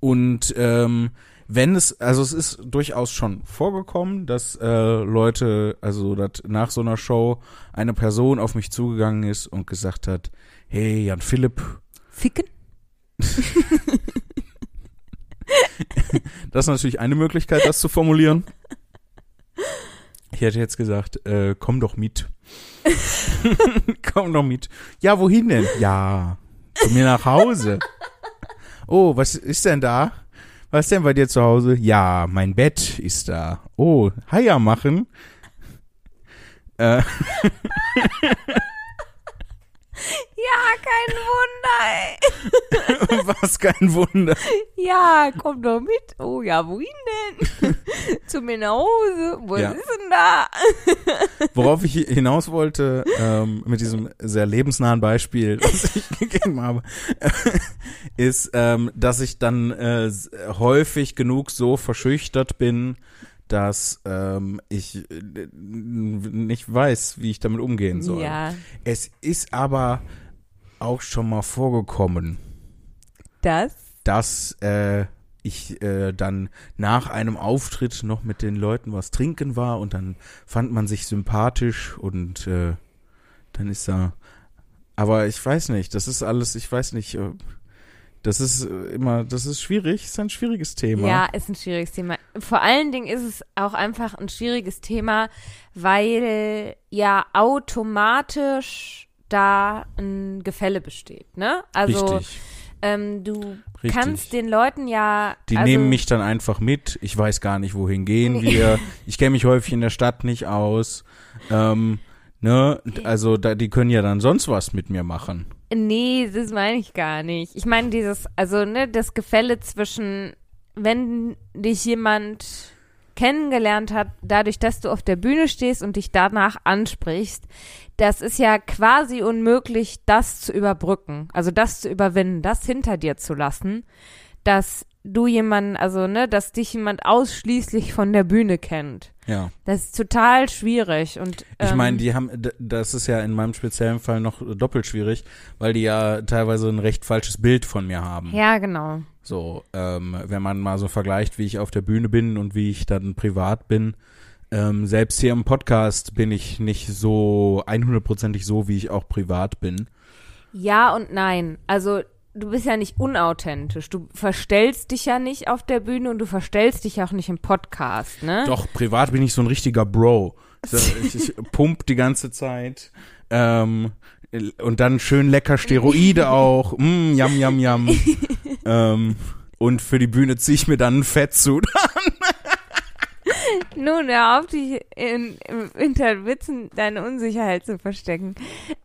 Speaker 1: und ähm, wenn es, also es ist durchaus schon vorgekommen, dass äh, Leute, also dass nach so einer Show eine Person auf mich zugegangen ist und gesagt hat, hey Jan Philipp,
Speaker 2: Ficken?
Speaker 1: das ist natürlich eine Möglichkeit, das zu formulieren. Ich hätte jetzt gesagt, äh, komm doch mit. komm doch mit. Ja, wohin denn? Ja, zu mir nach Hause. Oh, was ist denn da? Was ist denn bei dir zu Hause? Ja, mein Bett ist da. Oh, Haier machen. Äh,
Speaker 2: Ja, kein Wunder. ey.
Speaker 1: was kein Wunder.
Speaker 2: Ja, komm doch mit. Oh ja, wohin denn? Zu mir nach Hause. Was
Speaker 1: Ja.
Speaker 2: ist denn da?
Speaker 1: Worauf ich hinaus wollte, ähm, mit diesem sehr lebensnahen Beispiel, das ich gegeben habe, äh, ist, ähm, dass ich dann äh, s- häufig genug so verschüchtert bin, dass ähm, ich äh, n- nicht weiß, wie ich damit umgehen soll.
Speaker 2: Ja,
Speaker 1: Es ist aber auch schon mal vorgekommen,
Speaker 2: das.
Speaker 1: dass äh, ich äh, dann nach einem Auftritt noch mit den Leuten was trinken war und dann fand man sich sympathisch und äh, dann ist da. Aber ich weiß nicht, das ist alles, ich weiß nicht, äh, Das ist äh, immer, das ist schwierig, ist ein schwieriges Thema.
Speaker 2: Ja, ist ein schwieriges Thema. Vor allen Dingen ist es auch einfach ein schwieriges Thema, weil ja automatisch da ein Gefälle besteht, ne? Also
Speaker 1: Richtig.
Speaker 2: ähm, du
Speaker 1: Richtig.
Speaker 2: kannst den Leuten ja
Speaker 1: Die
Speaker 2: also,
Speaker 1: nehmen mich dann einfach mit. Ich weiß gar nicht, wohin gehen wir. Ich kenne mich häufig in der Stadt nicht aus. Ähm, ne, also da, die können ja dann sonst was mit mir machen.
Speaker 2: Nee, das meine ich gar nicht. Ich meine dieses, also ne, das Gefälle zwischen, wenn dich jemand kennengelernt hat, dadurch, dass du auf der Bühne stehst und dich danach ansprichst, das ist ja quasi unmöglich, das zu überbrücken, also das zu überwinden, das hinter dir zu lassen, dass du jemanden, also ne, dass dich jemand ausschließlich von der Bühne kennt.
Speaker 1: Ja.
Speaker 2: Das ist total schwierig und
Speaker 1: Ich meine,
Speaker 2: ähm,
Speaker 1: die haben, d- das ist ja in meinem speziellen Fall noch doppelt schwierig, weil die ja teilweise ein recht falsches Bild von mir haben.
Speaker 2: ja genau.
Speaker 1: So, ähm, wenn man mal so vergleicht, wie ich auf der Bühne bin und wie ich dann privat bin. Ähm, selbst hier im Podcast bin ich nicht so 100%ig so, wie ich auch privat bin.
Speaker 2: Ja und nein. Also du bist ja nicht unauthentisch. Du verstellst dich ja nicht auf der Bühne und du verstellst dich ja auch nicht im Podcast, ne?
Speaker 1: Doch, privat bin ich so ein richtiger Bro. So, Ich, ich pump die ganze Zeit. Ähm, und dann schön lecker Steroide auch. Mm, yam, yam, yam. ähm, und für die Bühne ziehe ich mir dann ein Fettsuit.
Speaker 2: Nun, hör auf, dich in, in, hinter Witzen deine Unsicherheit zu verstecken.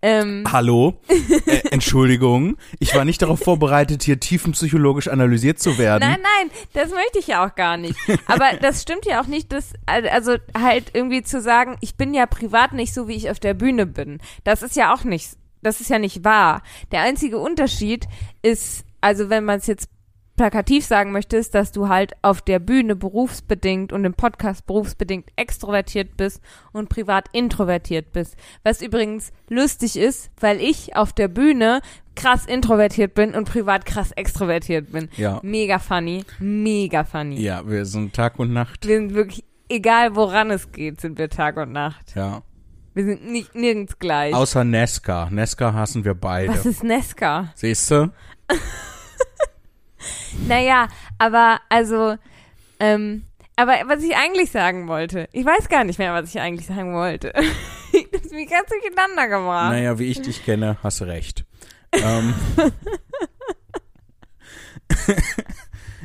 Speaker 2: Ähm,
Speaker 1: Hallo? Äh, Entschuldigung. Ich war nicht darauf vorbereitet, hier tiefenpsychologisch analysiert zu werden.
Speaker 2: Nein, nein, das möchte ich ja auch gar nicht. Aber das stimmt ja auch nicht, dass, also halt irgendwie zu sagen, ich bin ja privat nicht so, wie ich auf der Bühne bin. Das ist ja auch nicht, das ist ja nicht wahr. Der einzige Unterschied ist, also wenn man es jetzt plakativ sagen möchte, ist, dass du halt auf der Bühne berufsbedingt und im Podcast berufsbedingt extrovertiert bist und privat introvertiert bist. Was übrigens lustig ist, weil ich auf der Bühne krass introvertiert bin und privat krass extrovertiert bin.
Speaker 1: Ja.
Speaker 2: Mega funny, mega funny.
Speaker 1: Ja, wir sind Tag und Nacht.
Speaker 2: Wir sind wirklich, egal woran es geht, sind wir Tag und Nacht.
Speaker 1: Ja.
Speaker 2: Wir sind nicht, nirgends gleich.
Speaker 1: Außer Nesca. Nesca hassen wir
Speaker 2: Was
Speaker 1: beide.
Speaker 2: ist Nesca?
Speaker 1: Siehst du?
Speaker 2: Naja, aber also, ähm, aber was ich eigentlich sagen wollte, ich weiß gar nicht mehr, was ich eigentlich sagen wollte. das ist mir ganz durcheinander gebracht.
Speaker 1: Naja, wie ich dich kenne, hast du recht. ähm.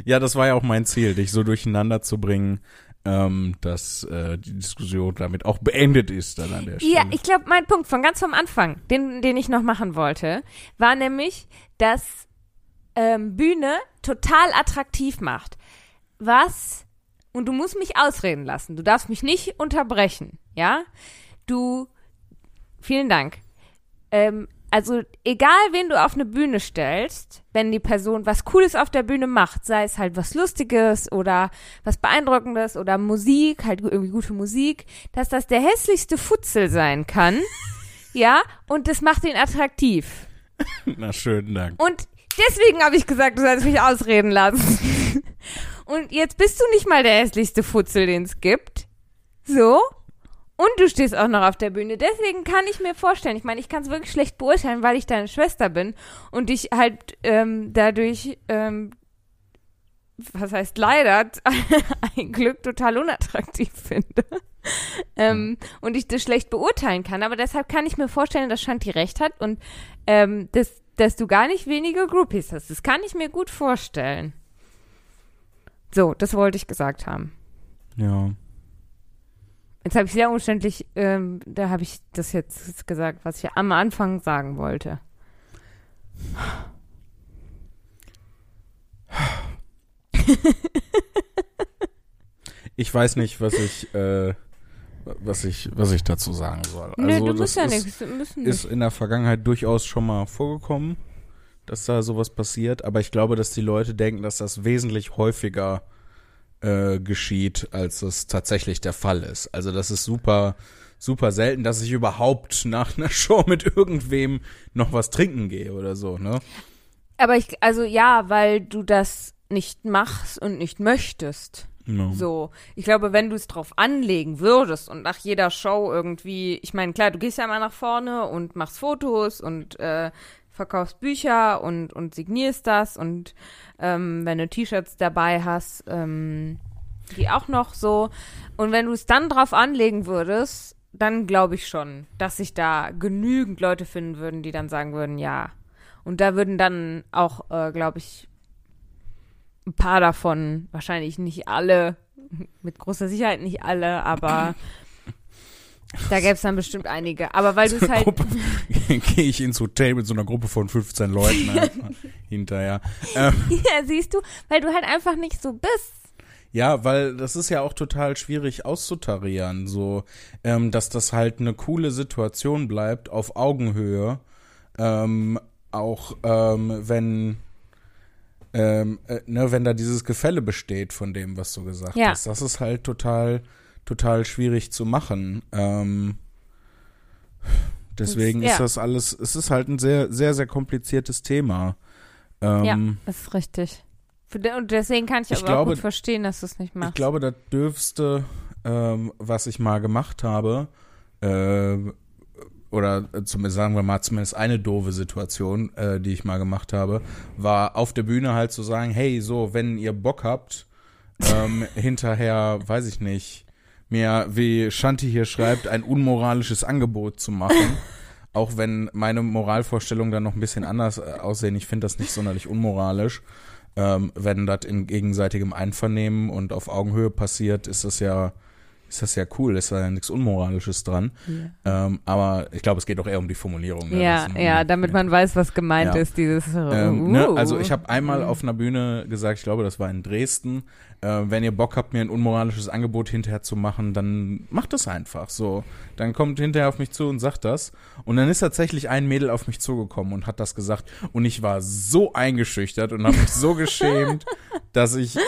Speaker 1: ja, das war ja auch mein Ziel, dich so durcheinander zu bringen, ähm, dass äh, die Diskussion damit auch beendet ist dann an der Stelle.
Speaker 2: Ja, ich glaube, mein Punkt von ganz vom Anfang, den, den ich noch machen wollte, war nämlich, dass ähm, Bühne total attraktiv macht. Was, und du musst mich ausreden lassen, du darfst mich nicht unterbrechen, ja? Du, vielen Dank. Ähm, also egal, wen du auf eine Bühne stellst, wenn die Person was Cooles auf der Bühne macht, sei es halt was Lustiges oder was Beeindruckendes oder Musik, halt irgendwie gute Musik, dass das der hässlichste Futzel sein kann, ja, und das macht ihn attraktiv.
Speaker 1: Na, schönen Dank.
Speaker 2: Und deswegen habe ich gesagt, du sollst mich ausreden lassen. Und jetzt bist du nicht mal der hässlichste Futzel, den es gibt. So. Und du stehst auch noch auf der Bühne. Deswegen kann ich mir vorstellen, ich meine, ich kann es wirklich schlecht beurteilen, weil ich deine Schwester bin und dich halt ähm, dadurch, ähm, was heißt leider, ein Glück total unattraktiv finde. Ähm, und ich das schlecht beurteilen kann. Aber deshalb kann ich mir vorstellen, dass Shanti recht hat und ähm, dass, dass du gar nicht wenige Groupies hast. Das kann ich mir gut vorstellen. So, das wollte ich gesagt haben.
Speaker 1: Ja.
Speaker 2: Jetzt habe ich sehr umständlich, ähm, da habe ich das jetzt gesagt, was ich am Anfang sagen wollte.
Speaker 1: Ich weiß nicht, was ich, äh, was ich, was ich dazu sagen soll.
Speaker 2: Nö,
Speaker 1: also,
Speaker 2: du
Speaker 1: das
Speaker 2: musst ja
Speaker 1: ist,
Speaker 2: nichts. du musst
Speaker 1: ist
Speaker 2: nicht.
Speaker 1: in der Vergangenheit durchaus schon mal vorgekommen, dass da sowas passiert. Aber ich glaube, dass die Leute denken, dass das wesentlich häufiger äh, geschieht, als es tatsächlich der Fall ist. Also das ist super, super selten, dass ich überhaupt nach einer Show mit irgendwem noch was trinken gehe oder so. Ne?
Speaker 2: Aber ich, also ja, weil du das nicht machst und nicht möchtest.
Speaker 1: Genau.
Speaker 2: So, ich glaube, wenn du es drauf anlegen würdest und nach jeder Show irgendwie, ich meine, klar, du gehst ja mal nach vorne und machst Fotos und äh, verkaufst Bücher und, und signierst das und ähm, wenn du T-Shirts dabei hast, ähm, die auch noch so. Und wenn du es dann drauf anlegen würdest, dann glaube ich schon, dass sich da genügend Leute finden würden, die dann sagen würden, ja. Und da würden dann auch, äh, glaube ich, ein paar davon, wahrscheinlich nicht alle, mit großer Sicherheit nicht alle, aber da gäbe es dann bestimmt einige. Aber weil du es halt.
Speaker 1: Gruppe- Gehe ich ins Hotel mit so einer Gruppe von 15 Leuten ne? hinterher. Ähm,
Speaker 2: Ja, siehst du, weil du halt einfach nicht so bist.
Speaker 1: Ja, weil das ist ja auch total schwierig auszutarieren, so, ähm, dass das halt eine coole Situation bleibt auf Augenhöhe, ähm, auch ähm, wenn ähm, äh, ne, wenn da dieses Gefälle besteht von dem, was du gesagt
Speaker 2: Ja.
Speaker 1: hast. Das ist halt total total schwierig zu machen. Ähm, deswegen
Speaker 2: Ja.
Speaker 1: ist das alles, es ist halt ein sehr sehr sehr kompliziertes Thema. Ähm,
Speaker 2: ja, das ist richtig. Für de- Und deswegen kann ich,
Speaker 1: Ich
Speaker 2: aber
Speaker 1: glaube-
Speaker 2: auch gut verstehen, dass du es nicht
Speaker 1: Ich
Speaker 2: machst.
Speaker 1: glaube, das Dürfste, ähm, was ich mal gemacht habe, ähm, oder zumindest sagen wir mal, zumindest eine doofe Situation, äh, die ich mal gemacht habe, war auf der Bühne halt zu sagen, hey, so, wenn ihr Bock habt, ähm, hinterher, weiß ich nicht, mir, wie Shanti hier schreibt, ein unmoralisches Angebot zu machen. Auch wenn meine Moralvorstellung dann noch ein bisschen anders äh, aussehen. Ich finde das nicht sonderlich unmoralisch. Ähm, wenn das in gegenseitigem Einvernehmen und auf Augenhöhe passiert, ist das ja, ist das ja cool, ist da ja nichts Unmoralisches dran. Ähm, aber ich glaube, es geht doch eher um die Formulierung. ne?
Speaker 2: ja,
Speaker 1: Das-
Speaker 2: ja, damit man weiß, was gemeint
Speaker 1: Ja.
Speaker 2: ist, dieses.
Speaker 1: ähm,
Speaker 2: uh.
Speaker 1: ne, also ich habe einmal auf einer Bühne gesagt, ich glaube, das war in Dresden, äh, wenn ihr Bock habt, mir ein unmoralisches Angebot hinterher zu machen, dann macht das einfach so. Dann kommt hinterher auf mich zu und sagt das. Und dann ist tatsächlich ein Mädel auf mich zugekommen und hat das gesagt. Und ich war so eingeschüchtert und habe mich so geschämt, dass ich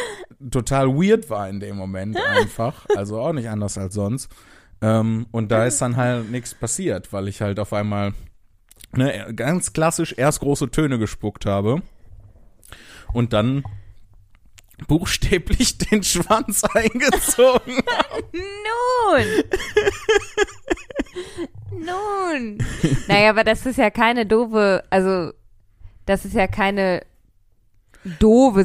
Speaker 1: total weird war in dem Moment einfach. Also auch nicht anders als sonst. Ähm, und da ist dann halt nichts passiert, weil ich halt auf einmal ne, ganz klassisch erst große Töne gespuckt habe und dann buchstäblich den Schwanz eingezogen.
Speaker 2: Nun! Nun! Naja, aber das ist ja keine doofe, also, das ist ja keine doofe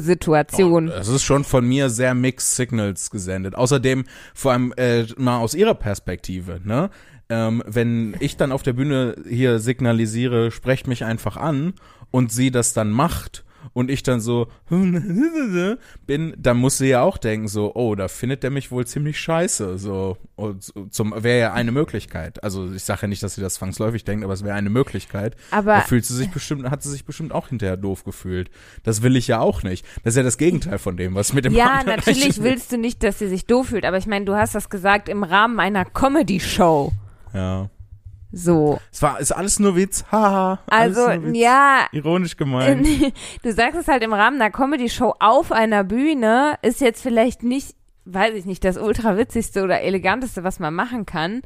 Speaker 2: Situation.
Speaker 1: Das ist schon von mir sehr Mixed Signals gesendet. Außerdem, vor allem äh, mal aus ihrer Perspektive, ne? Ähm, wenn ich dann auf der Bühne hier signalisiere, sprecht mich einfach an und sie das dann macht und ich dann so bin, dann muss sie ja auch denken so, oh, da findet der mich wohl ziemlich scheiße, so und so- zum wäre ja eine Möglichkeit. Also ich sage ja nicht, dass sie das zwangsläufig denkt, aber es wäre eine Möglichkeit. Da
Speaker 2: aber
Speaker 1: fühlt sie sich bestimmt, hat sie sich bestimmt auch hinterher doof gefühlt. Das will ich ja auch nicht. Das ist ja das Gegenteil von dem, was mit dem
Speaker 2: ja,
Speaker 1: anderen
Speaker 2: natürlich
Speaker 1: rechnen-
Speaker 2: willst du nicht, dass sie sich doof fühlt, aber ich meine, du hast das gesagt im Rahmen einer Comedy-Show.
Speaker 1: Ja.
Speaker 2: So.
Speaker 1: Es war, ist alles nur Witz. Haha. Alles
Speaker 2: Also,
Speaker 1: nur Witz.
Speaker 2: ja,
Speaker 1: Ironisch gemeint.
Speaker 2: du sagst es halt im Rahmen einer Comedy-Show auf einer Bühne, ist jetzt vielleicht nicht, weiß ich nicht, das ultra witzigste oder eleganteste, was man machen kann.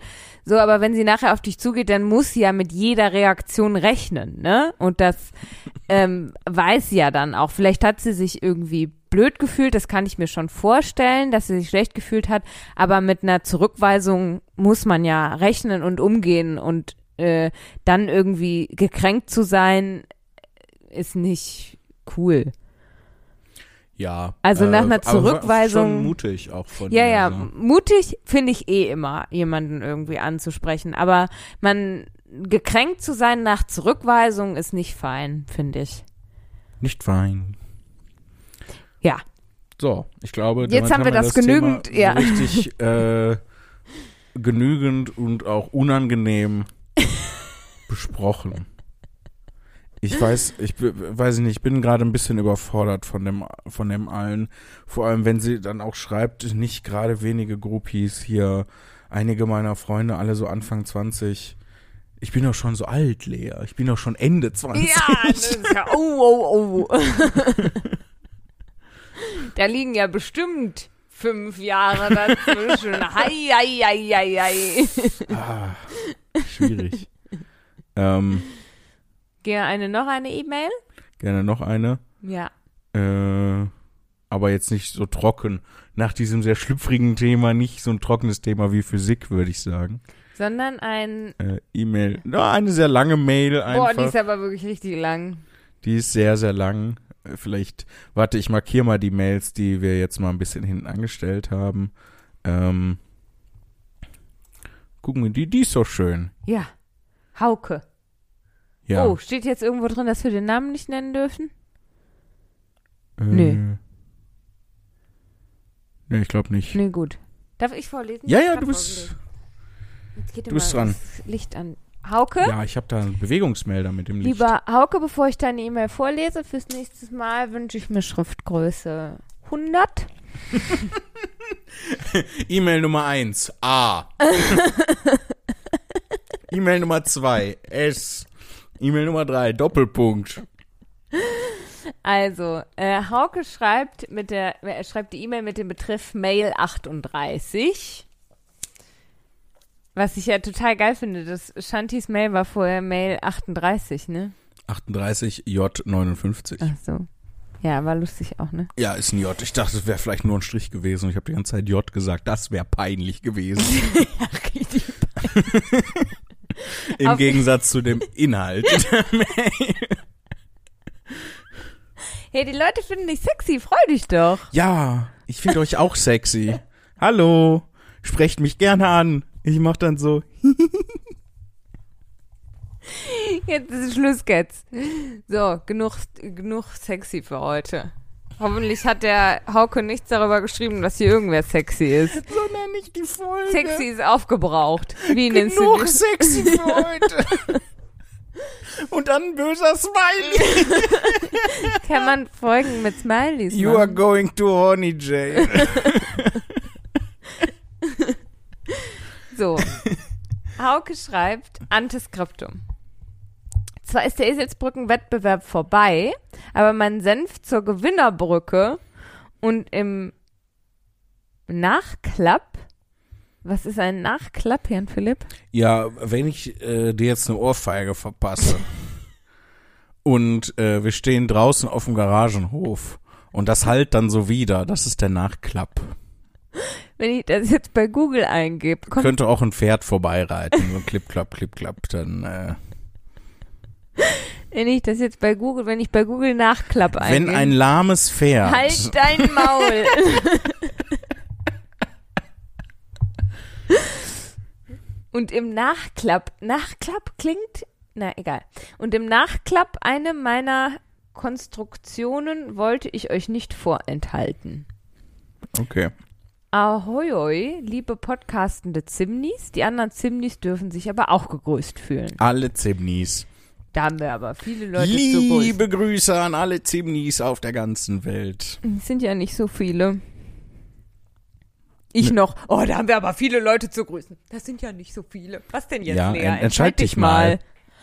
Speaker 2: So, aber wenn sie nachher auf dich zugeht, dann muss sie ja mit jeder Reaktion rechnen, ne? Und das ähm, weiß sie ja dann auch. Vielleicht hat sie sich irgendwie blöd gefühlt, das kann ich mir schon vorstellen, dass sie sich schlecht gefühlt hat, aber mit einer Zurückweisung muss man ja rechnen und umgehen und äh, dann irgendwie gekränkt zu sein, ist nicht cool.
Speaker 1: ja. äh,
Speaker 2: Also nach einer
Speaker 1: aber war
Speaker 2: Zurückweisung-
Speaker 1: Schon mutig auch von
Speaker 2: Ja, also.
Speaker 1: ihr,
Speaker 2: ja,
Speaker 1: ne?
Speaker 2: mutig finde ich eh immer, jemanden irgendwie anzusprechen. Aber man gekränkt zu sein nach Zurückweisung ist nicht fein, finde ich.
Speaker 1: Nicht fein.
Speaker 2: Ja.
Speaker 1: So, ich glaube,
Speaker 2: Jetzt
Speaker 1: damit
Speaker 2: haben wir das genügend,
Speaker 1: Thema
Speaker 2: ja.
Speaker 1: so richtig äh, genügend und auch unangenehm besprochen. Ich weiß, ich be- weiß nicht, ich bin gerade ein bisschen überfordert von dem von dem allen, vor allem wenn sie dann auch schreibt, nicht gerade wenige Groupies hier, einige meiner Freunde alle so Anfang 20. Ich bin doch schon so alt, Lea. Ich bin doch schon Ende 20.
Speaker 2: Ja, das ist ja, oh, oh, oh. da liegen ja bestimmt fünf Jahre dazwischen. Hei, hei, hei, hei, hei.
Speaker 1: Ah, schwierig. ähm,
Speaker 2: Geh eine, noch eine E-Mail?
Speaker 1: gerne noch eine.
Speaker 2: Ja.
Speaker 1: Äh, aber jetzt nicht so trocken. Nach diesem sehr schlüpfrigen Thema nicht so ein trockenes Thema wie Physik, würde ich sagen.
Speaker 2: sondern ein.
Speaker 1: Äh, E-Mail. Ja, eine sehr lange Mail einfach.
Speaker 2: Boah, die ist aber wirklich richtig lang.
Speaker 1: Die ist sehr, sehr lang. Äh, Vielleicht, warte, ich markiere mal die Mails, die wir jetzt mal ein bisschen hinten angestellt haben. Ähm, gucken wir, die, die ist so schön.
Speaker 2: Ja. Hauke.
Speaker 1: Ja.
Speaker 2: Oh, steht jetzt irgendwo drin, dass wir den Namen nicht nennen dürfen?
Speaker 1: äh,
Speaker 2: nee.
Speaker 1: Nee, ich glaube nicht.
Speaker 2: Nee, gut. Darf ich vorlesen?
Speaker 1: Ja,
Speaker 2: Ich
Speaker 1: ja,
Speaker 2: hab
Speaker 1: du bist.
Speaker 2: vorgelesen. Jetzt geht
Speaker 1: du
Speaker 2: dir
Speaker 1: bist
Speaker 2: mal
Speaker 1: dran.
Speaker 2: Das Licht an. Hauke?
Speaker 1: Ja, ich habe da einen Bewegungsmelder mit dem Licht.
Speaker 2: Lieber Hauke, bevor ich deine E-Mail vorlese, fürs nächste Mal wünsche ich mir Schriftgröße 100.
Speaker 1: E-Mail Nummer 1, A. E-Mail Nummer 2, S. E-Mail Nummer 3, Doppelpunkt.
Speaker 2: Also, äh, Hauke schreibt mit der, äh, er schreibt die E-Mail mit dem Betreff Mail 38. Was ich ja total geil finde, das Shantis Mail war vorher Mail 38, ne?
Speaker 1: 38, J 59.
Speaker 2: Ach so. Ja, war lustig auch, ne?
Speaker 1: Ja, ist ein J. Ich dachte, es wäre vielleicht nur ein Strich gewesen. Ich habe die ganze Zeit J gesagt. Das wäre peinlich gewesen.
Speaker 2: Richtig.
Speaker 1: Im
Speaker 2: Auf-
Speaker 1: Gegensatz zu dem Inhalt.
Speaker 2: Hey, die Leute finden dich sexy, freu dich doch.
Speaker 1: ja, ich finde euch auch sexy. Hallo, sprecht mich gerne an. Ich mach dann so.
Speaker 2: Jetzt ist Schluss jetzt. So, genug, genug sexy für heute. Hoffentlich hat der Hauke nichts darüber geschrieben, dass hier irgendwer sexy ist.
Speaker 1: So nenne ich die Folge.
Speaker 2: Sexy ist aufgebraucht. Wie in den
Speaker 1: Genug
Speaker 2: Sims.
Speaker 1: sexy für heute. Und dann ein böser Smiley.
Speaker 2: Kann man Folgen mit Smileys
Speaker 1: You are
Speaker 2: machen?
Speaker 1: going to horny jail.
Speaker 2: So. Hauke schreibt Antiskriptum. Zwar ist der Eselsbrücken-Wettbewerb vorbei, aber mein Senf zur Gewinnerbrücke und im Nachklapp. Was ist ein Nachklapp, Herrn Philipp?
Speaker 1: Ja, wenn ich äh, dir jetzt eine Ohrfeige verpasse und äh, wir stehen draußen auf dem Garagenhof und das halt dann so wieder, das ist der Nachklapp.
Speaker 2: Wenn ich das jetzt bei Google eingebe, kommt,
Speaker 1: Könnte auch ein Pferd vorbeireiten, so klipp, klapp, klipp, klapp, dann äh,
Speaker 2: wenn ich das jetzt bei Google, wenn ich bei Google nachklapp
Speaker 1: wenn
Speaker 2: eingebe.
Speaker 1: ein lahmes Pferd
Speaker 2: halt dein Maul. Und im Nachklapp, Nachklapp klingt, na egal. Und im Nachklapp eine meiner Konstruktionen wollte ich euch nicht vorenthalten.
Speaker 1: Okay.
Speaker 2: Ahoi, liebe podcastende Zimnis. Die anderen Zimnis dürfen sich aber auch gegrüßt fühlen.
Speaker 1: Alle Zimnis.
Speaker 2: Da haben wir aber viele Leute zu grüßen.
Speaker 1: Liebe Grüße an alle Zimnis auf der ganzen Welt.
Speaker 2: Es sind ja nicht so viele.
Speaker 1: Ne.
Speaker 2: Ich noch. Oh, da haben wir aber viele Leute zu grüßen. Das sind ja nicht so viele. Was denn jetzt,
Speaker 1: Ja,
Speaker 2: Lea?
Speaker 1: en- entscheid dich mal.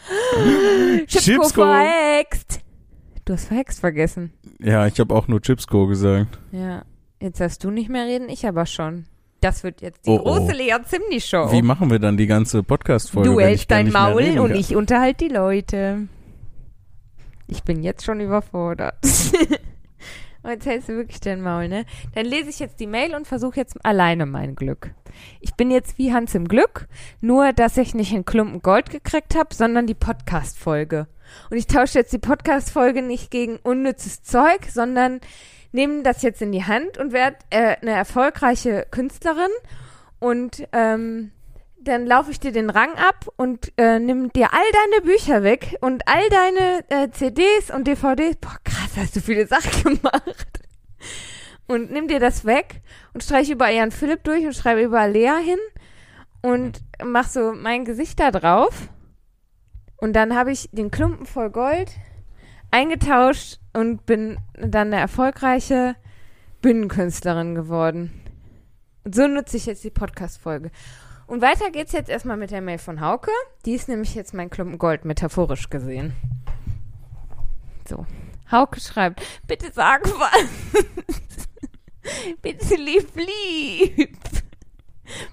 Speaker 2: Chipko
Speaker 1: Chipsko.
Speaker 2: verhext. Du hast verhext vergessen.
Speaker 1: Ja, ich habe auch nur Chipsco gesagt.
Speaker 2: Ja. Jetzt darfst du nicht mehr reden, ich aber schon. Das wird jetzt die
Speaker 1: Oh, oh.
Speaker 2: große Lea Zimni-Show.
Speaker 1: Wie machen wir dann die ganze Podcast-Folge?
Speaker 2: Oh. Du
Speaker 1: wenn ich
Speaker 2: hältst
Speaker 1: dann
Speaker 2: dein
Speaker 1: nicht mehr
Speaker 2: Maul
Speaker 1: reden
Speaker 2: und
Speaker 1: kann?
Speaker 2: ich unterhalte die Leute. Ich bin jetzt schon überfordert. Und Jetzt hältst du wirklich dein Maul, ne? Dann lese ich jetzt die Mail und versuche jetzt alleine mein Glück. Ich bin jetzt wie Hans im Glück, nur dass ich nicht einen Klumpen Gold gekriegt habe, sondern die Podcast-Folge. Und ich tausche jetzt die Podcast-Folge nicht gegen unnützes Zeug, sondern nehme das jetzt in die Hand und werde äh, eine erfolgreiche Künstlerin und ähm, dann laufe ich dir den Rang ab und äh, nimm dir all deine Bücher weg und all deine äh, CDs und DVDs. Boah, krass, hast du viele Sachen gemacht. Und nimm dir das weg und streiche überall Jan Philipp durch und schreibe überall Lea hin und mach so mein Gesicht da drauf. Und dann habe ich den Klumpen voll Gold eingetauscht und bin dann eine erfolgreiche Bühnenkünstlerin geworden. Und so nutze ich jetzt die Podcast-Folge. Und weiter geht's jetzt erstmal mit der Mail von Hauke. Die ist nämlich jetzt mein Klumpen Gold, metaphorisch gesehen. So. Hauke schreibt, bitte sag was. bitte lieb, lieb.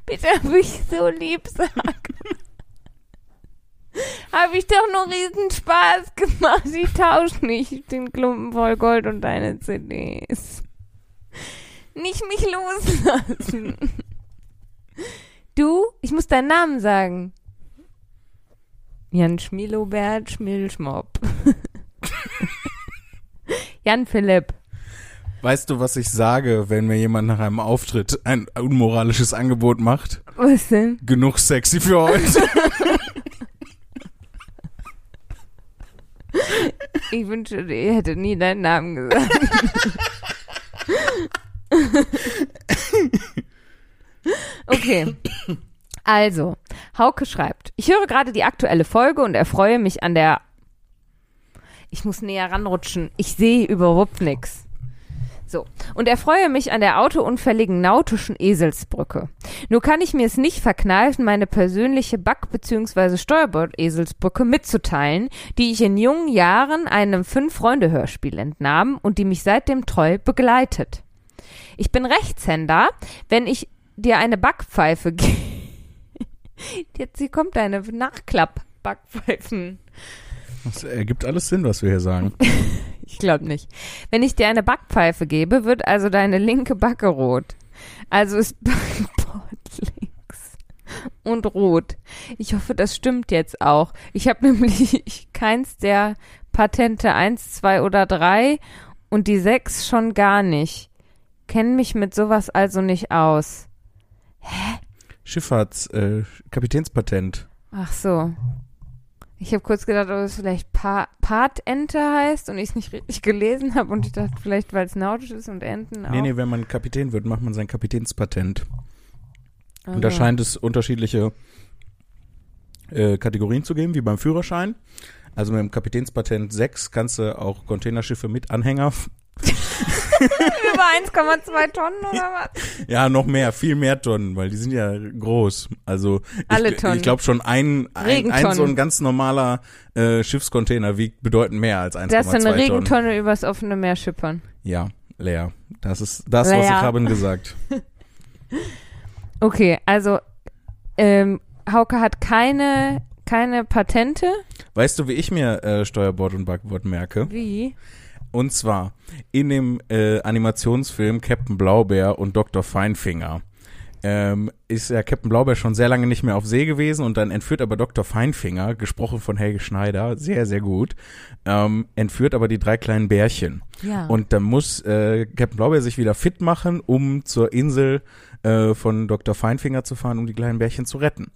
Speaker 2: Bitte hab ich so lieb, sag. Habe ich doch nur riesen Spaß gemacht. Ich tausch nicht den Klumpen voll Gold und deine CDs. Nicht mich loslassen. Du, ich Ich muss deinen Namen sagen. Jan Schmilobert Schmilschmopp. Jan Philipp.
Speaker 1: Weißt du, was ich sage, wenn mir jemand nach einem Auftritt ein unmoralisches Angebot macht?
Speaker 2: Was denn?
Speaker 1: Genug sexy für heute.
Speaker 2: Ich wünschte, ich hätte nie deinen Namen gesagt. okay. Also, Hauke schreibt, ich höre gerade die aktuelle Folge und erfreue mich an der... Ich muss näher ranrutschen. Ich sehe überhaupt nichts. So. Und erfreue mich an der autounfälligen nautischen Eselsbrücke. Nur kann ich mir es nicht verkneifen, meine persönliche Back- bzw. Steuerbord-Eselsbrücke mitzuteilen, die ich in jungen Jahren einem Fünf-Freunde-Hörspiel entnahm und die mich seitdem treu begleitet. Ich bin Rechtshänder, wenn ich dir eine Backpfeife gebe. Jetzt hier kommt eine Nachklapp-Backpfeifen.
Speaker 1: Das ergibt alles Sinn, was wir hier sagen.
Speaker 2: Ich glaube nicht. Wenn ich dir eine Backpfeife gebe, wird also deine linke Backe rot. Also ist Backbord links und rot. Ich hoffe, das stimmt jetzt auch. Ich habe nämlich keins der Patente 1, 2 oder 3 und die 6 schon gar nicht. Kenne mich mit sowas also nicht aus.
Speaker 1: Schifffahrts, äh, Kapitänspatent.
Speaker 2: Ach so. Ich habe kurz gedacht, ob es vielleicht pa Partente heißt und ich es nicht richtig gelesen habe und ich dachte vielleicht, weil es nautisch ist und Enten auch.
Speaker 1: Nee, nee, wenn man Kapitän wird, macht man sein Kapitänspatent. Und da
Speaker 2: Also.
Speaker 1: scheint es unterschiedliche äh, Kategorien zu geben, wie beim Führerschein. Also mit dem Kapitänspatent 6 kannst du auch Containerschiffe mit Anhänger.
Speaker 2: Über 1,2 Tonnen oder was?
Speaker 1: Ja, noch mehr, viel mehr Tonnen, weil die sind ja groß. Also ich,
Speaker 2: Alle
Speaker 1: gl-
Speaker 2: Tonnen.
Speaker 1: ich glaube schon ein, ein, ein
Speaker 2: Regentonnen.
Speaker 1: so ein ganz normaler äh, Schiffscontainer wiegt bedeutend mehr als 1,2
Speaker 2: Das ist eine
Speaker 1: Tonnen.
Speaker 2: Regentonne übers offene Meer schippern.
Speaker 1: Ja, leer. Das ist das, was ich
Speaker 2: Leer.
Speaker 1: haben gesagt.
Speaker 2: Okay, also ähm, Hauke hat keine, keine Patente.
Speaker 1: Weißt du, wie ich mir äh, Steuerbord und Backbord merke?
Speaker 2: Wie?
Speaker 1: Und zwar in dem äh, Animationsfilm Captain Blaubeer und Dr. Feinfinger. Ähm, ist ja Captain Blaubeer schon sehr lange nicht mehr auf See gewesen und dann entführt aber Dr. Feinfinger, gesprochen von Helge Schneider, sehr, sehr gut, ähm, entführt aber die drei kleinen Bärchen.
Speaker 2: Ja.
Speaker 1: Und dann muss äh, Captain Blaubeer sich wieder fit machen, um zur Insel äh, von Dr. Feinfinger zu fahren, um die kleinen Bärchen zu retten.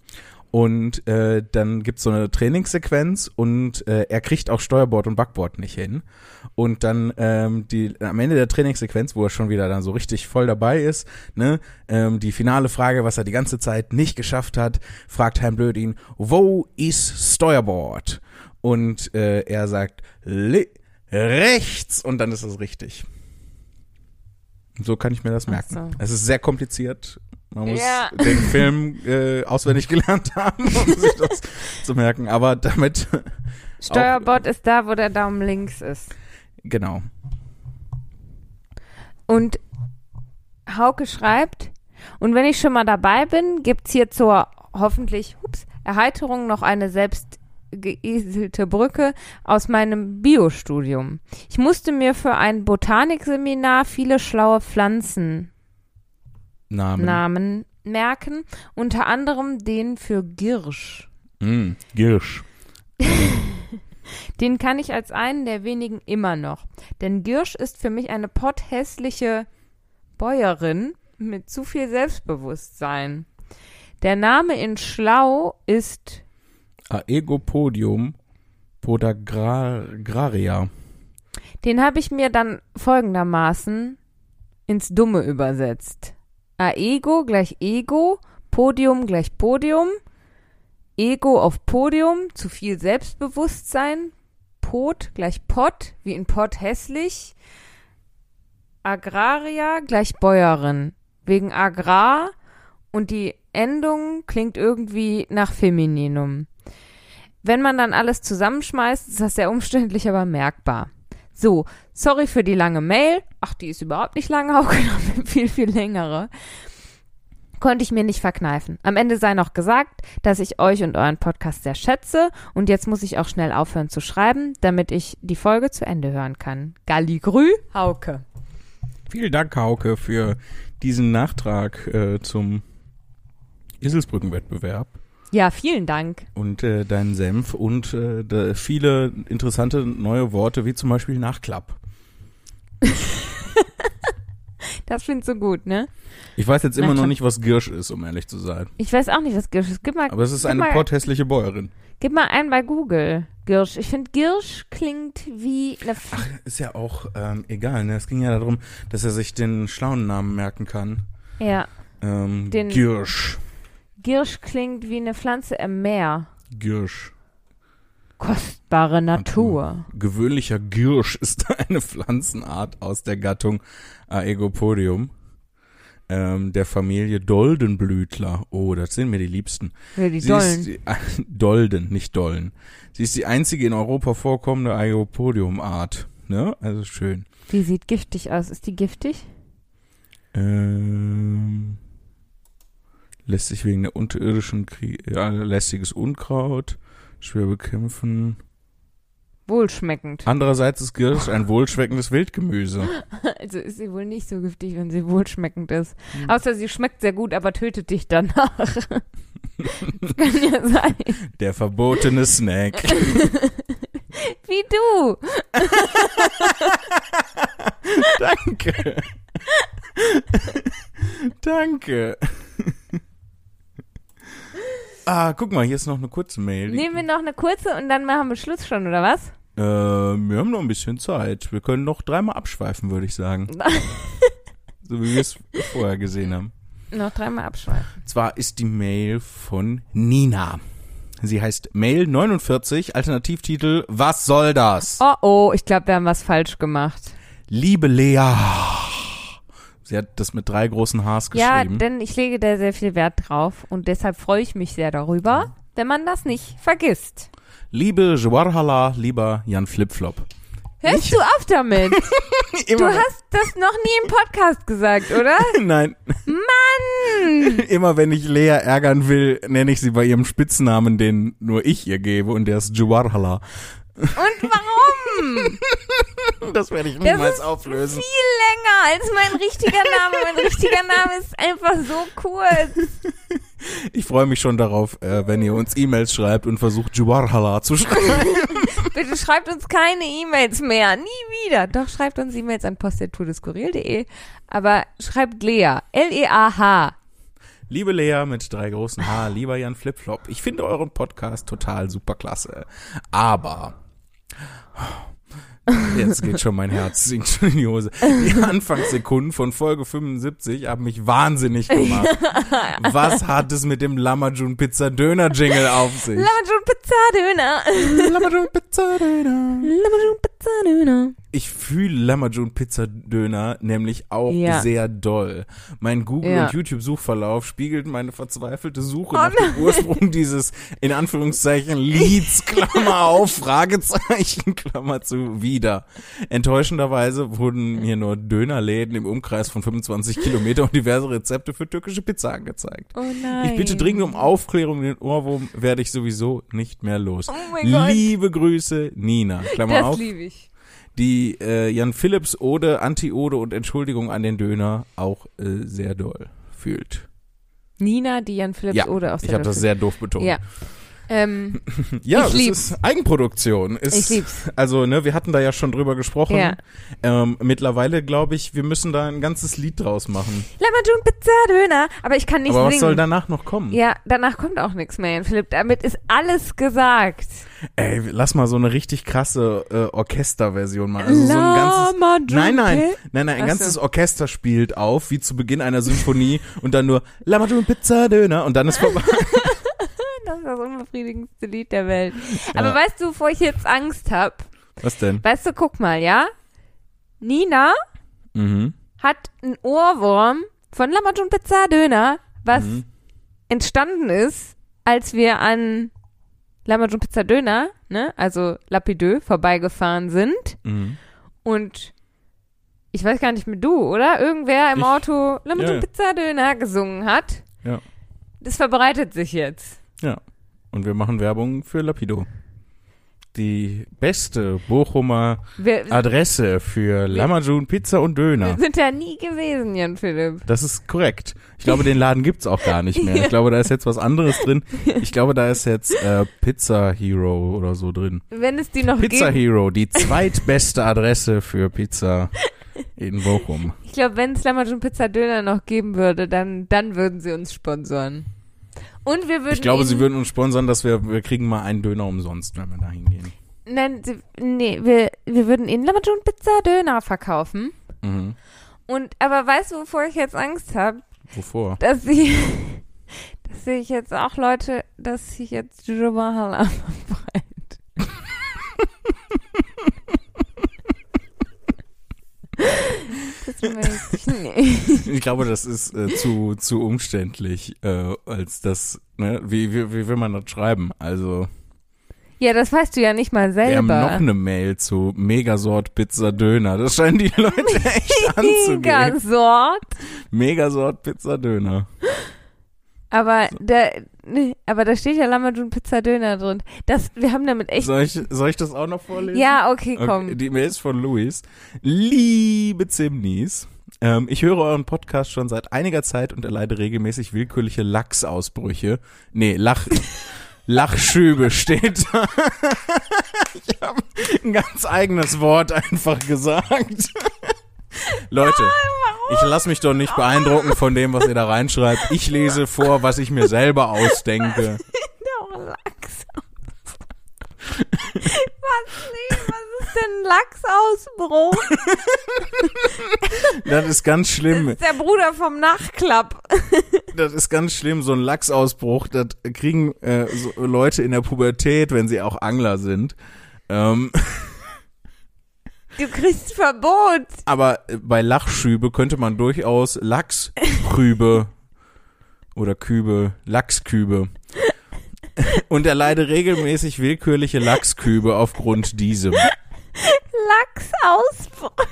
Speaker 1: Und äh, dann gibt's so eine Trainingssequenz und äh, er kriegt auch Steuerbord und Backbord nicht hin. Und dann ähm, die am Ende der Trainingssequenz, wo er schon wieder dann so richtig voll dabei ist, ne, ähm, die finale Frage, was er die ganze Zeit nicht geschafft hat, fragt Herrn Blöd ihn, wo ist Steuerbord? Und äh, er sagt, li rechts und dann ist es richtig. So kann ich mir das
Speaker 2: Ach
Speaker 1: merken.
Speaker 2: so.
Speaker 1: Es ist sehr kompliziert. Man muss
Speaker 2: Ja.
Speaker 1: den Film äh, auswendig gelernt haben, um sich das zu merken. Aber damit,
Speaker 2: Steuerbord ist da, wo der Daumen links ist.
Speaker 1: genau.
Speaker 2: Und Hauke schreibt, und wenn ich schon mal dabei bin, gibt's hier zur hoffentlich hups, Erheiterung noch eine selbst geeselte Brücke aus meinem Biostudium. Ich musste mir für ein Botanikseminar viele schlaue Pflanzen
Speaker 1: Namen.
Speaker 2: Namen merken, unter anderem den für Girsch.
Speaker 1: Mm, Girsch.
Speaker 2: Den kann ich als einen der wenigen immer noch. Denn Girsch ist für mich eine potthässliche Bäuerin mit zu viel Selbstbewusstsein. Der Name in Schlau ist
Speaker 1: Aegopodium podagraria.
Speaker 2: Den habe ich mir dann folgendermaßen ins Dumme übersetzt. Aego gleich Ego, Podium gleich Podium, Ego auf Podium, zu viel Selbstbewusstsein, Pot gleich Pot, wie in Pot hässlich, Agraria gleich Bäuerin, wegen Agrar und die Endung klingt irgendwie nach Femininum. Wenn man dann alles zusammenschmeißt, ist das sehr umständlich, aber merkbar. So, sorry für die lange Mail. Ach, die ist überhaupt nicht lange, auch genommen viel, viel längere. Konnte ich mir nicht verkneifen. Am Ende sei noch gesagt, dass ich euch und euren Podcast sehr schätze und jetzt muss ich auch schnell aufhören zu schreiben, damit ich die Folge zu Ende hören kann. Galligrü, Hauke.
Speaker 1: Vielen Dank, Hauke, für diesen Nachtrag äh, zum Eselsbrückenwettbewerb
Speaker 2: Ja, vielen Dank.
Speaker 1: und äh, deinen Senf und äh, da viele interessante neue Worte, wie zum Beispiel Nachklapp.
Speaker 2: Das findest du gut, ne?
Speaker 1: Ich weiß jetzt immer noch
Speaker 2: Nachklapp.
Speaker 1: nicht, was Girsch ist, um ehrlich zu sein.
Speaker 2: Ich weiß auch nicht, was Girsch ist. Gib mal,
Speaker 1: Aber es ist
Speaker 2: Gib
Speaker 1: eine
Speaker 2: mal-
Speaker 1: potthässliche Bäuerin.
Speaker 2: gib mal einen bei Google. Girsch. Ich finde, Girsch klingt wie eine. F
Speaker 1: Ist ja auch ähm, egal, ne? Es ging ja darum, dass er sich den schlauen Namen merken kann.
Speaker 2: ja.
Speaker 1: Ähm,
Speaker 2: Den-
Speaker 1: Girsch.
Speaker 2: Girsch klingt wie eine Pflanze im Meer.
Speaker 1: Girsch.
Speaker 2: Kostbare Natur.
Speaker 1: Gewöhnlicher Girsch ist eine Pflanzenart aus der Gattung Aegopodium. Ähm, der Familie Doldenblütler. Oh, das sind mir die Liebsten.
Speaker 2: Will die
Speaker 1: Sie
Speaker 2: Dollen.
Speaker 1: Ist die, Dolden, nicht Dollen. Sie ist die einzige in Europa vorkommende Aeropodium-Art. Ne? Also schön.
Speaker 2: Die sieht giftig aus. Ist die giftig?
Speaker 1: Ähm, lässt sich wegen der unterirdischen Krieg ja, lästiges Unkraut schwer bekämpfen.
Speaker 2: Wohlschmeckend.
Speaker 1: Andererseits ist Girsch ein wohlschmeckendes Wildgemüse.
Speaker 2: Also ist sie wohl nicht so giftig, wenn sie wohlschmeckend ist.
Speaker 1: Hm.
Speaker 2: Außer sie schmeckt sehr gut, aber tötet dich danach. Kann ja sein.
Speaker 1: Der verbotene Snack.
Speaker 2: Wie du.
Speaker 1: Danke. Danke. Ah, guck mal, hier ist noch eine kurze Mail. Die-
Speaker 2: Nehmen wir noch eine kurze und dann machen wir Schluss schon, oder was?
Speaker 1: Ähm, wir haben noch ein bisschen Zeit. Wir können noch dreimal abschweifen, würde ich sagen. so wie wir es vorher gesehen haben.
Speaker 2: Noch dreimal abschreiben.
Speaker 1: Zwar ist die Mail von Nina. Sie heißt Mail 49, Alternativtitel Was soll das?
Speaker 2: Oh oh, ich glaube, wir haben was falsch gemacht.
Speaker 1: Liebe Lea. Sie hat das mit drei großen Hs
Speaker 2: Ja,
Speaker 1: geschrieben.
Speaker 2: denn ich lege da sehr viel Wert drauf und deshalb freue ich mich sehr darüber, wenn man das nicht vergisst.
Speaker 1: Liebe Jwarhala, lieber Jan Flipflop.
Speaker 2: Hörst du auf damit? Du hast das noch nie im Podcast gesagt, oder?
Speaker 1: Nein. Mann! Immer wenn ich Lea ärgern will, nenne ich sie bei ihrem Spitznamen, den nur ich ihr gebe, und der ist Juwarhala.
Speaker 2: Und warum?
Speaker 1: Das werde ich
Speaker 2: niemals
Speaker 1: auflösen.
Speaker 2: Viel länger als mein richtiger Name. Mein richtiger Name ist einfach so kurz.
Speaker 1: Ich freue mich schon darauf, äh, wenn ihr uns E-Mails schreibt und versucht, Juwarhala zu schreiben.
Speaker 2: Bitte schreibt uns keine E-Mails mehr. Nie wieder. Doch schreibt uns E-Mails an postetudeskurril.de. Aber schreibt Lea. E L-E-A-H.
Speaker 1: Liebe Lea mit drei großen H, lieber Jan Flipflop, ich finde euren Podcast total superklasse. Aber. Jetzt geht schon mein Herz sinkt schon in die Hose. Die Anfangssekunden von Folge 75 haben mich wahnsinnig gemacht. Was hat es mit dem Lamajun Pizza Döner Jingle auf sich?
Speaker 2: Lamajun Pizzadöner.
Speaker 1: Lamajun Pizza Döner.
Speaker 2: Lamajun Pizzadöner.
Speaker 1: Ich fühle Lamajun Pizza Döner nämlich auch
Speaker 2: Ja.
Speaker 1: sehr doll. Mein Google
Speaker 2: Ja. Oh
Speaker 1: und YouTube Suchverlauf spiegelt meine verzweifelte Suche nach dem Ursprung dieses in Anführungszeichen Lieds Klammer auf Fragezeichen Klammer zu wieder. Enttäuschenderweise wurden mir nur Dönerläden im Umkreis von 25 Kilometer und diverse Rezepte für türkische Pizza angezeigt.
Speaker 2: Oh nein.
Speaker 1: Ich bitte dringend um Aufklärung, den Ohrwurm werde ich sowieso nicht mehr los.
Speaker 2: Oh mein Gott.
Speaker 1: Liebe Grüße, Nina. Klammer
Speaker 2: Das
Speaker 1: auf
Speaker 2: liebe ich.
Speaker 1: die äh, Jan Philips Ode, Anti-Ode und Entschuldigung an den Döner auch äh, sehr doll fühlt.
Speaker 2: Nina, die Jan Philips
Speaker 1: Ja,
Speaker 2: Ode auf
Speaker 1: Ich habe das sehr doof betont.
Speaker 2: Ja. Ähm,
Speaker 1: ja
Speaker 2: Ich
Speaker 1: das
Speaker 2: lieb's.
Speaker 1: ist Eigenproduktion. Ist,
Speaker 2: ich lieb's.
Speaker 1: Also, ne, wir hatten da ja schon drüber gesprochen.
Speaker 2: Ja.
Speaker 1: Ähm, mittlerweile glaube ich, wir müssen da ein ganzes Lied draus machen.
Speaker 2: Lamajun Pizzadöner. Aber ich kann nicht
Speaker 1: Aber was
Speaker 2: singen.
Speaker 1: soll danach noch kommen?
Speaker 2: Ja, danach kommt auch nichts mehr, Jan Philipp. Damit ist alles gesagt.
Speaker 1: Ey, lass mal so eine richtig krasse äh, Orchesterversion machen. Also so ein ganzes
Speaker 2: Lamajun
Speaker 1: Nein, nein,
Speaker 2: Pi-
Speaker 1: nein, nein, ein
Speaker 2: Ach
Speaker 1: ganzes
Speaker 2: so.
Speaker 1: Orchester spielt auf, wie zu Beginn einer Symphonie und dann nur Lamadun Pizza Döner und dann ist vorbei.
Speaker 2: Das ist das unbefriedigendste Lied der Welt.
Speaker 1: Ja.
Speaker 2: Aber weißt du, wovor ich jetzt Angst hab?
Speaker 1: Was denn?
Speaker 2: Weißt du, guck mal, ja? Nina
Speaker 1: Mhm.
Speaker 2: hat einen Ohrwurm von Lamajun Pizzadöner, was
Speaker 1: Mhm.
Speaker 2: entstanden ist, als wir an Lamajun Pizzadöner, ne, also Lapidö, vorbeigefahren sind.
Speaker 1: Mhm.
Speaker 2: Und ich weiß gar nicht mehr du, oder? Irgendwer im
Speaker 1: Ich-
Speaker 2: Auto Limit
Speaker 1: ja,
Speaker 2: ja,
Speaker 1: ja.
Speaker 2: Pizza Döner gesungen hat.
Speaker 1: Ja.
Speaker 2: Das verbreitet sich jetzt.
Speaker 1: Und wir machen Werbung für Lapido. die beste Bochumer
Speaker 2: Wir,
Speaker 1: Ah, Adresse für Lamajun Pizza und
Speaker 2: wir
Speaker 1: Döner.
Speaker 2: sind ja nie gewesen, Jan Philipp.
Speaker 1: Das ist korrekt. Ich glaube, den Laden gibt's auch gar nicht mehr. Ich glaube, da ist jetzt was anderes drin. Ich glaube, da ist jetzt äh, Pizza Hero oder so drin.
Speaker 2: Wenn es die noch
Speaker 1: Pizza
Speaker 2: gibt.
Speaker 1: Hero, die zweitbeste Adresse für Pizza in Bochum.
Speaker 2: Ich glaube, wenn es Lamajun Pizza Döner noch geben würde, dann, dann würden sie uns sponsoren. Und wir würden.
Speaker 1: Ich glaube,
Speaker 2: ihnen,
Speaker 1: sie würden uns sponsern, dass wir, wir kriegen mal einen Döner umsonst, wenn wir da hingehen.
Speaker 2: Nein, sie, nee, wir, wir würden ihnen Lamajun Pizza Döner verkaufen.
Speaker 1: Mhm.
Speaker 2: Und, aber weißt du, wovor ich jetzt Angst habe?
Speaker 1: Wovor?
Speaker 2: Dass ich. Dass ich jetzt auch Leute, dass ich jetzt Jumahala verbreitet. Das möchte ich nicht.
Speaker 1: Ich glaube, das ist äh, zu, zu umständlich, äh, als das, ne? Wie, wie, wie will man das schreiben? Also,
Speaker 2: Ja, das weißt du ja nicht mal
Speaker 1: wir haben
Speaker 2: selber.
Speaker 1: noch eine Mail zu Megasort Pizza Döner. Das scheinen die Leute echt anzugehen.
Speaker 2: Gigasort.
Speaker 1: Megasort Pizza Döner.
Speaker 2: Aber da, nee, aber da steht ja Lamajun Pizza Döner drin. Das, wir haben damit echt.
Speaker 1: Soll ich, soll ich das auch noch vorlesen?
Speaker 2: ja, okay, komm.
Speaker 1: Okay, die Mail ist von Luis. Liebe Zimnis, ähm, ich höre euren Podcast schon seit einiger Zeit und erleide regelmäßig willkürliche Lachsausbrüche. Nee, Lach. Lachschübe steht da. Ich habe ein ganz eigenes Wort einfach gesagt.
Speaker 2: Ah,
Speaker 1: Leute, ich lasse mich doch nicht beeindrucken von dem, was ihr da reinschreibt. Ich lese vor, was ich mir selber ausdenke.
Speaker 2: Oh, Lachs. Was, nee, was ist denn Lachsausbruch?
Speaker 1: Das ist ganz schlimm.
Speaker 2: Das ist der Bruder vom Nachtklapp.
Speaker 1: Das ist ganz schlimm, so ein Lachsausbruch. Das kriegen äh, so Leute in der Pubertät, wenn sie auch Angler sind. Ähm,
Speaker 2: Du kriegst Verbot.
Speaker 1: aber bei Lachschübe könnte man durchaus Lachskrübe oder Kübe, Lachskübe. Und erleide regelmäßig willkürliche Lachskübe aufgrund diesem.
Speaker 2: Lachsausbruch.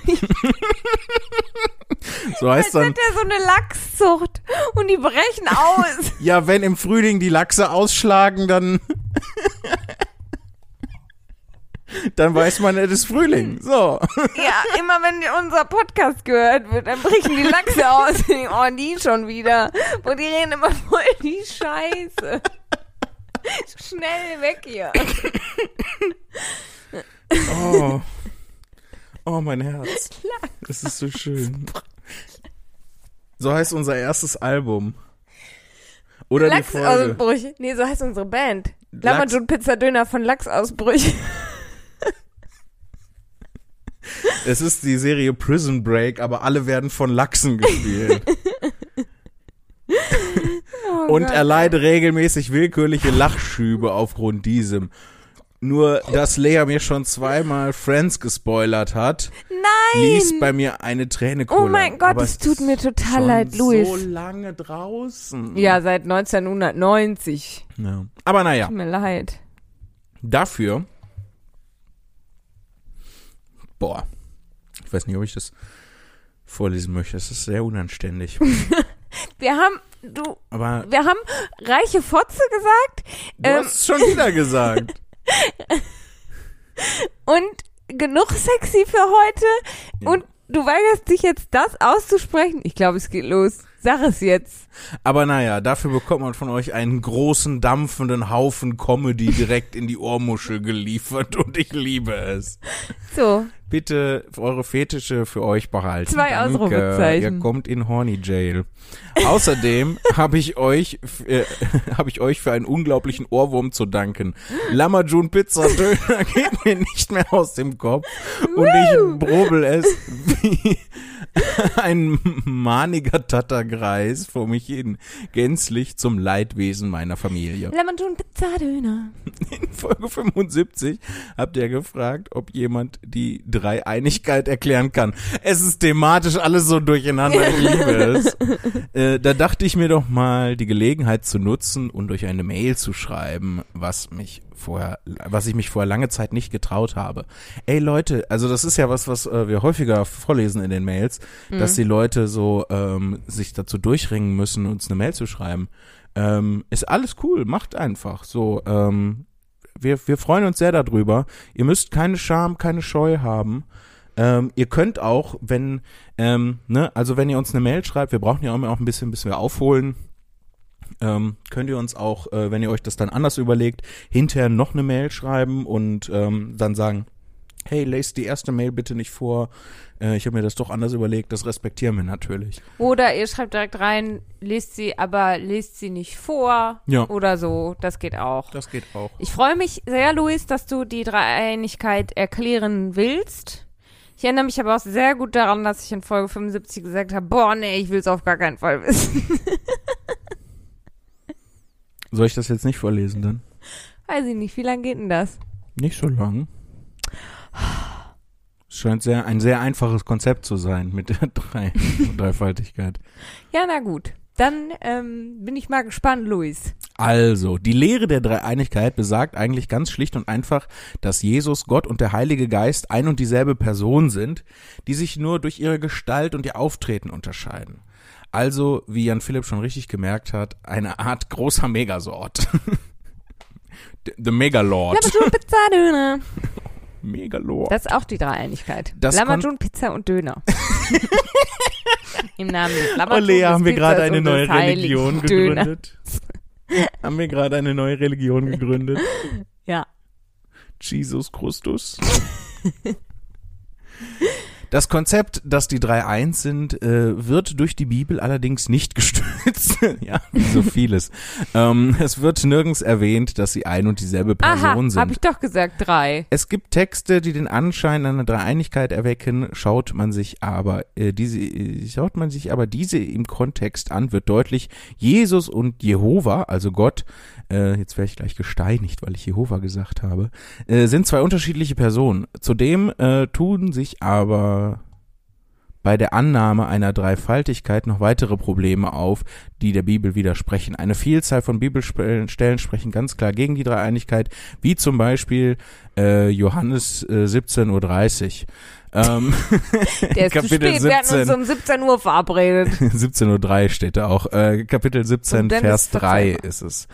Speaker 1: So heißt
Speaker 2: Jetzt
Speaker 1: dann,
Speaker 2: hat er so eine Lachszucht und die brechen aus.
Speaker 1: ja, wenn im Frühling die Lachse ausschlagen, dann, dann weiß man, es ist Frühling. So.
Speaker 2: ja, immer wenn unser Podcast gehört wird, dann brechen die Lachse aus. Oh, die schon wieder. Und die reden immer voll die Scheiße. Schnell weg hier.
Speaker 1: Oh. Oh, mein Herz. Das ist so schön. So heißt unser erstes Album. Oder die Folge.
Speaker 2: Lachsausbrüche. Nee, so heißt unsere Band.
Speaker 1: Lachs-
Speaker 2: Lamajun Pizza Döner von Lachsausbrüche.
Speaker 1: Es ist die Serie Prison Break, aber alle werden von Lachsen gespielt.
Speaker 2: Oh
Speaker 1: Und
Speaker 2: Gott.
Speaker 1: erleide regelmäßig willkürliche Lachschübe aufgrund diesem. Nur, dass Lea mir schon zweimal Friends gespoilert hat, ließ
Speaker 2: Nein!
Speaker 1: bei mir eine Träne
Speaker 2: Oh
Speaker 1: kullern.
Speaker 2: mein Gott,
Speaker 1: Aber
Speaker 2: es tut mir total
Speaker 1: schon
Speaker 2: leid, Luis.
Speaker 1: so lange draußen.
Speaker 2: Ja, seit 1990.
Speaker 1: ja. Aber naja.
Speaker 2: Tut mir leid.
Speaker 1: Dafür. Boah. Ich weiß nicht, ob ich das vorlesen möchte. Das ist sehr unanständig.
Speaker 2: Wir haben, du,
Speaker 1: Aber
Speaker 2: wir haben reiche Fotze gesagt
Speaker 1: du
Speaker 2: Ähm.
Speaker 1: hast es schon wieder gesagt.
Speaker 2: und genug sexy für heute.
Speaker 1: Ja.
Speaker 2: Und du weigerst dich jetzt das auszusprechen. Ich glaube, es geht los. Sag es jetzt.
Speaker 1: Aber naja, dafür bekommt man von euch einen großen, dampfenden Haufen Comedy direkt in die Ohrmuschel geliefert und ich liebe es.
Speaker 2: So,
Speaker 1: Bitte eure Fetische für euch behalten.
Speaker 2: Zwei
Speaker 1: Danke.
Speaker 2: Ausrufezeichen.
Speaker 1: Ihr kommt in Horny Jail. Außerdem habe ich euch f- äh, habe ich euch für einen unglaublichen Ohrwurm zu danken. Lamajun Pizza Döner geht mir nicht mehr aus dem Kopf und ich brobel es wie ein maniger Tattergreis vor mich hin, gänzlich zum Leidwesen meiner Familie.
Speaker 2: Lemon Pizza Döner.
Speaker 1: Folge 75 habt ihr gefragt, ob jemand die Dreieinigkeit erklären kann. Es ist thematisch alles so durcheinander, ich liebe es. Äh, da dachte ich mir doch mal, die Gelegenheit zu nutzen und durch eine Mail zu schreiben, was mich vorher, was ich mich vorher lange Zeit nicht getraut habe. Ey Leute, also das ist ja was, was äh, wir häufiger vorlesen in den Mails, dass die Leute so ähm, sich dazu durchringen müssen, uns eine Mail zu schreiben. Ähm, ist alles cool, macht einfach so. Ähm, Wir, wir freuen uns sehr darüber. Ihr müsst keine Scham, keine Scheu haben. Ähm, ihr könnt auch, wenn, ähm, ne, also wenn ihr uns eine Mail schreibt, wir brauchen ja immer auch ein bisschen, bis wir aufholen, ähm, könnt ihr uns auch, äh, wenn ihr euch das dann anders überlegt, hinterher noch eine Mail schreiben und ähm, dann sagen, hey, lest die erste Mail bitte nicht vor, äh, ich habe mir das doch anders überlegt, das respektieren wir natürlich.
Speaker 2: Oder ihr schreibt direkt rein, lest sie, aber lest sie nicht vor.
Speaker 1: Ja.
Speaker 2: Oder so. Das geht auch.
Speaker 1: Das geht auch.
Speaker 2: Ich freue mich sehr, Luis, dass du die Dreieinigkeit erklären willst. Ich erinnere mich aber auch sehr gut daran, dass ich in Folge 75 gesagt habe, boah, nee, ich will es auf gar keinen Fall wissen.
Speaker 1: Soll ich das jetzt nicht vorlesen dann?
Speaker 2: Weiß ich nicht, wie lange geht denn das?
Speaker 1: Nicht so lang. Es scheint sehr, ein sehr einfaches Konzept zu sein mit der Drei Dreifaltigkeit.
Speaker 2: Ja, na gut. Dann ähm, bin ich mal gespannt, Luis.
Speaker 1: Also, die Lehre der Dreieinigkeit besagt eigentlich ganz schlicht und einfach, dass Jesus, Gott und der Heilige Geist ein und dieselbe Person sind, die sich nur durch ihre Gestalt und ihr Auftreten unterscheiden. Also, wie Jan Philipp schon richtig gemerkt hat, eine Art großer Megasort. The- The Megalord.
Speaker 2: Lammertun, Pizza, Döner.
Speaker 1: Megalord.
Speaker 2: Das ist auch die Dreieinigkeit.
Speaker 1: Das
Speaker 2: Lammertun, Pizza und Döner. Im Namen des Lammertun,
Speaker 1: Ole, Oh, haben
Speaker 2: des
Speaker 1: wir gerade
Speaker 2: Pizzas
Speaker 1: eine
Speaker 2: und
Speaker 1: neue
Speaker 2: des heiligen
Speaker 1: Religion
Speaker 2: Döner.
Speaker 1: gegründet? haben wir gerade eine neue Religion gegründet?
Speaker 2: Ja.
Speaker 1: Jesus Christus. Das Konzept, dass die drei eins sind, äh, wird durch die Bibel allerdings nicht gestützt. ja, wie so vieles. ähm, es wird nirgends erwähnt, dass sie ein und dieselbe
Speaker 2: Aha,
Speaker 1: Person sind.
Speaker 2: habe ich doch gesagt, drei.
Speaker 1: Es gibt Texte, die den Anschein einer Dreieinigkeit erwecken, schaut man sich aber äh, diese äh, schaut man sich aber diese im Kontext an, wird deutlich, Jesus und Jehova, also Gott, äh, jetzt wäre ich gleich gesteinigt, weil ich Jehova gesagt habe, äh, sind zwei unterschiedliche Personen. Zudem äh, tun sich aber bei der Annahme einer Dreifaltigkeit noch weitere Probleme auf, die der Bibel widersprechen. Eine Vielzahl von Bibelstellen Stellen sprechen ganz klar gegen die Dreieinigkeit, wie zum Beispiel äh, Johannes äh, 17.30 Uhr. Ähm,
Speaker 2: Der ist zu
Speaker 1: Kapitel
Speaker 2: spät, wir hatten uns
Speaker 1: 17.
Speaker 2: um 17 Uhr verabredet.
Speaker 1: 17.03 Uhr steht da auch. Äh, Kapitel 17,
Speaker 2: Und dann
Speaker 1: Vers
Speaker 2: ist das
Speaker 1: 3
Speaker 2: einfach.
Speaker 1: ist es.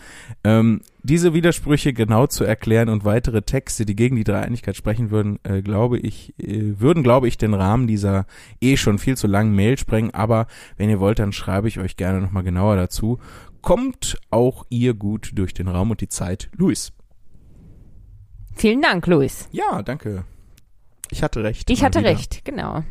Speaker 1: Ähm, diese Widersprüche genau zu erklären und weitere Texte, die gegen die Dreieinigkeit sprechen würden, äh, glaube ich, äh, würden, glaube ich, den Rahmen dieser eh schon viel zu langen Mail sprengen. Aber wenn ihr wollt, dann schreibe ich euch gerne nochmal genauer dazu. Kommt auch ihr gut durch den Raum und die Zeit, Luis.
Speaker 2: Vielen Dank, Luis.
Speaker 1: Ja, danke. Ich hatte recht.
Speaker 2: Ich
Speaker 1: Mal
Speaker 2: hatte
Speaker 1: wieder.
Speaker 2: recht, genau.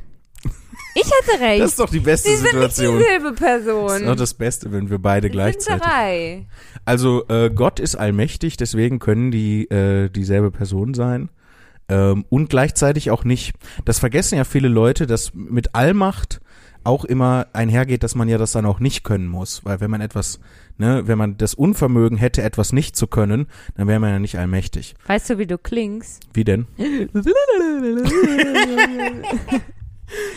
Speaker 2: Ich hatte recht.
Speaker 1: Das ist doch die beste
Speaker 2: Sie sind nicht
Speaker 1: Situation.
Speaker 2: dieselbe
Speaker 1: Das ist doch
Speaker 2: Person.
Speaker 1: das Beste, wenn wir beide
Speaker 2: sind
Speaker 1: gleichzeitig.
Speaker 2: drei.
Speaker 1: Also äh, Gott ist allmächtig, deswegen können die äh, dieselbe Person sein ähm, und gleichzeitig auch nicht. Das vergessen ja viele Leute, dass mit Allmacht auch immer einhergeht, dass man ja das dann auch nicht können muss, weil wenn man etwas, ne, wenn man das Unvermögen hätte, etwas nicht zu können, dann wäre man ja nicht allmächtig.
Speaker 2: Weißt du, wie du klingst?
Speaker 1: Wie denn?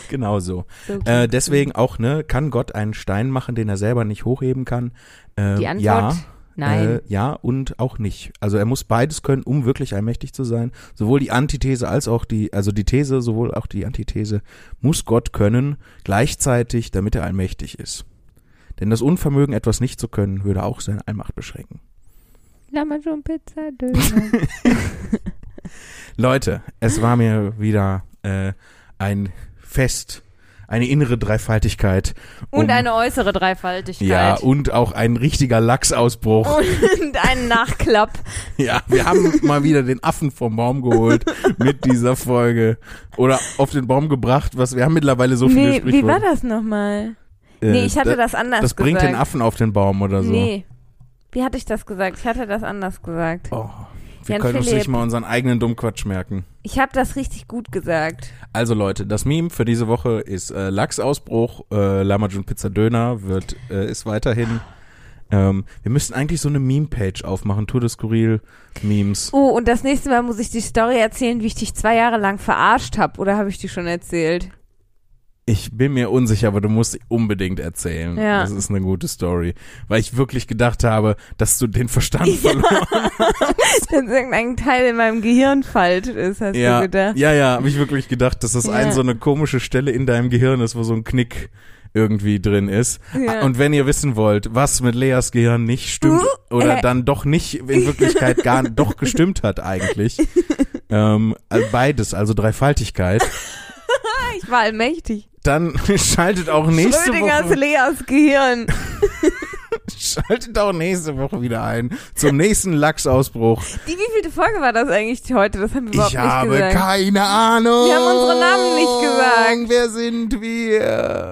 Speaker 1: Genau so.
Speaker 2: So klingt
Speaker 1: Äh, deswegen auch, ne, kann Gott einen Stein machen, den er selber nicht hochheben kann? Ähm,
Speaker 2: die Antwort?
Speaker 1: ja.
Speaker 2: Nein.
Speaker 1: Äh, ja und auch nicht. Also er muss beides können, um wirklich allmächtig zu sein. Sowohl die Antithese als auch die, also die These, sowohl auch die Antithese muss Gott können, gleichzeitig, damit er allmächtig ist. Denn das Unvermögen, etwas nicht zu können, würde auch seine Allmacht beschränken.
Speaker 2: Lama schon Pizza Döner.
Speaker 1: Leute, es war mir wieder äh, ein Fest, eine innere Dreifaltigkeit.
Speaker 2: Und
Speaker 1: um-
Speaker 2: eine äußere Dreifaltigkeit.
Speaker 1: Ja, oh. und auch ein richtiger
Speaker 2: Oh.
Speaker 1: Lachsausbruch.
Speaker 2: und einen Nachklapp.
Speaker 1: Ja, wir haben mal wieder den Affen vom Baum geholt mit dieser Folge. Oder auf den Baum gebracht, was wir haben mittlerweile so viele
Speaker 2: nee, wie
Speaker 1: Sprichwörter. Äh,
Speaker 2: war das nochmal? nee, ich hatte
Speaker 1: das
Speaker 2: das anders
Speaker 1: Das
Speaker 2: gesagt.
Speaker 1: bringt den Affen auf den Baum oder so.
Speaker 2: Nee. Wie hatte ich das gesagt? Ich hatte das anders gesagt.
Speaker 1: Oh, wir
Speaker 2: Jan
Speaker 1: können uns
Speaker 2: Philipp.
Speaker 1: nicht mal unseren eigenen Dummquatsch merken.
Speaker 2: Ich habe das richtig gut gesagt.
Speaker 1: Also Leute, das Meme für diese Woche ist äh, Lachsausbruch, äh, Lamajun Pizza Döner wird, äh, ist weiterhin. Ähm, wir müssten eigentlich so eine Meme-Page aufmachen, Tour des Skurril Memes.
Speaker 2: Oh, und das nächste Mal muss ich die Story erzählen, wie ich dich zwei Jahre lang verarscht habe. Oder habe ich die schon erzählt?
Speaker 1: Ich bin mir unsicher, aber du musst sie unbedingt erzählen.
Speaker 2: Ja.
Speaker 1: Das ist eine gute Story. Weil ich wirklich gedacht habe, dass du den Verstand verloren
Speaker 2: Dass irgendein Teil in meinem Gehirn falsch ist, hast
Speaker 1: ja,
Speaker 2: du gedacht.
Speaker 1: ja, ja, habe ich wirklich gedacht, dass das
Speaker 2: Ja.
Speaker 1: ein so eine komische Stelle in deinem Gehirn ist, wo so ein Knick irgendwie drin ist.
Speaker 2: Ja.
Speaker 1: Und wenn ihr wissen wollt, was mit Leas Gehirn nicht stimmt
Speaker 2: Uh,
Speaker 1: oder
Speaker 2: äh.
Speaker 1: dann doch nicht in Wirklichkeit gar doch gestimmt hat eigentlich, ähm, also beides, also Dreifaltigkeit,
Speaker 2: Ich war allmächtig.
Speaker 1: dann schaltet auch nächste
Speaker 2: Schrödingers
Speaker 1: Woche,
Speaker 2: Leas Gehirn.
Speaker 1: schaltet auch nächste Woche wieder ein zum nächsten Lachsausbruch.
Speaker 2: Die wievielte Folge war das eigentlich heute? Das haben wir überhaupt
Speaker 1: Ich
Speaker 2: nicht
Speaker 1: habe
Speaker 2: gesagt.
Speaker 1: keine Ahnung.
Speaker 2: Wir haben unsere Namen nicht gesagt.
Speaker 1: Wer sind wir?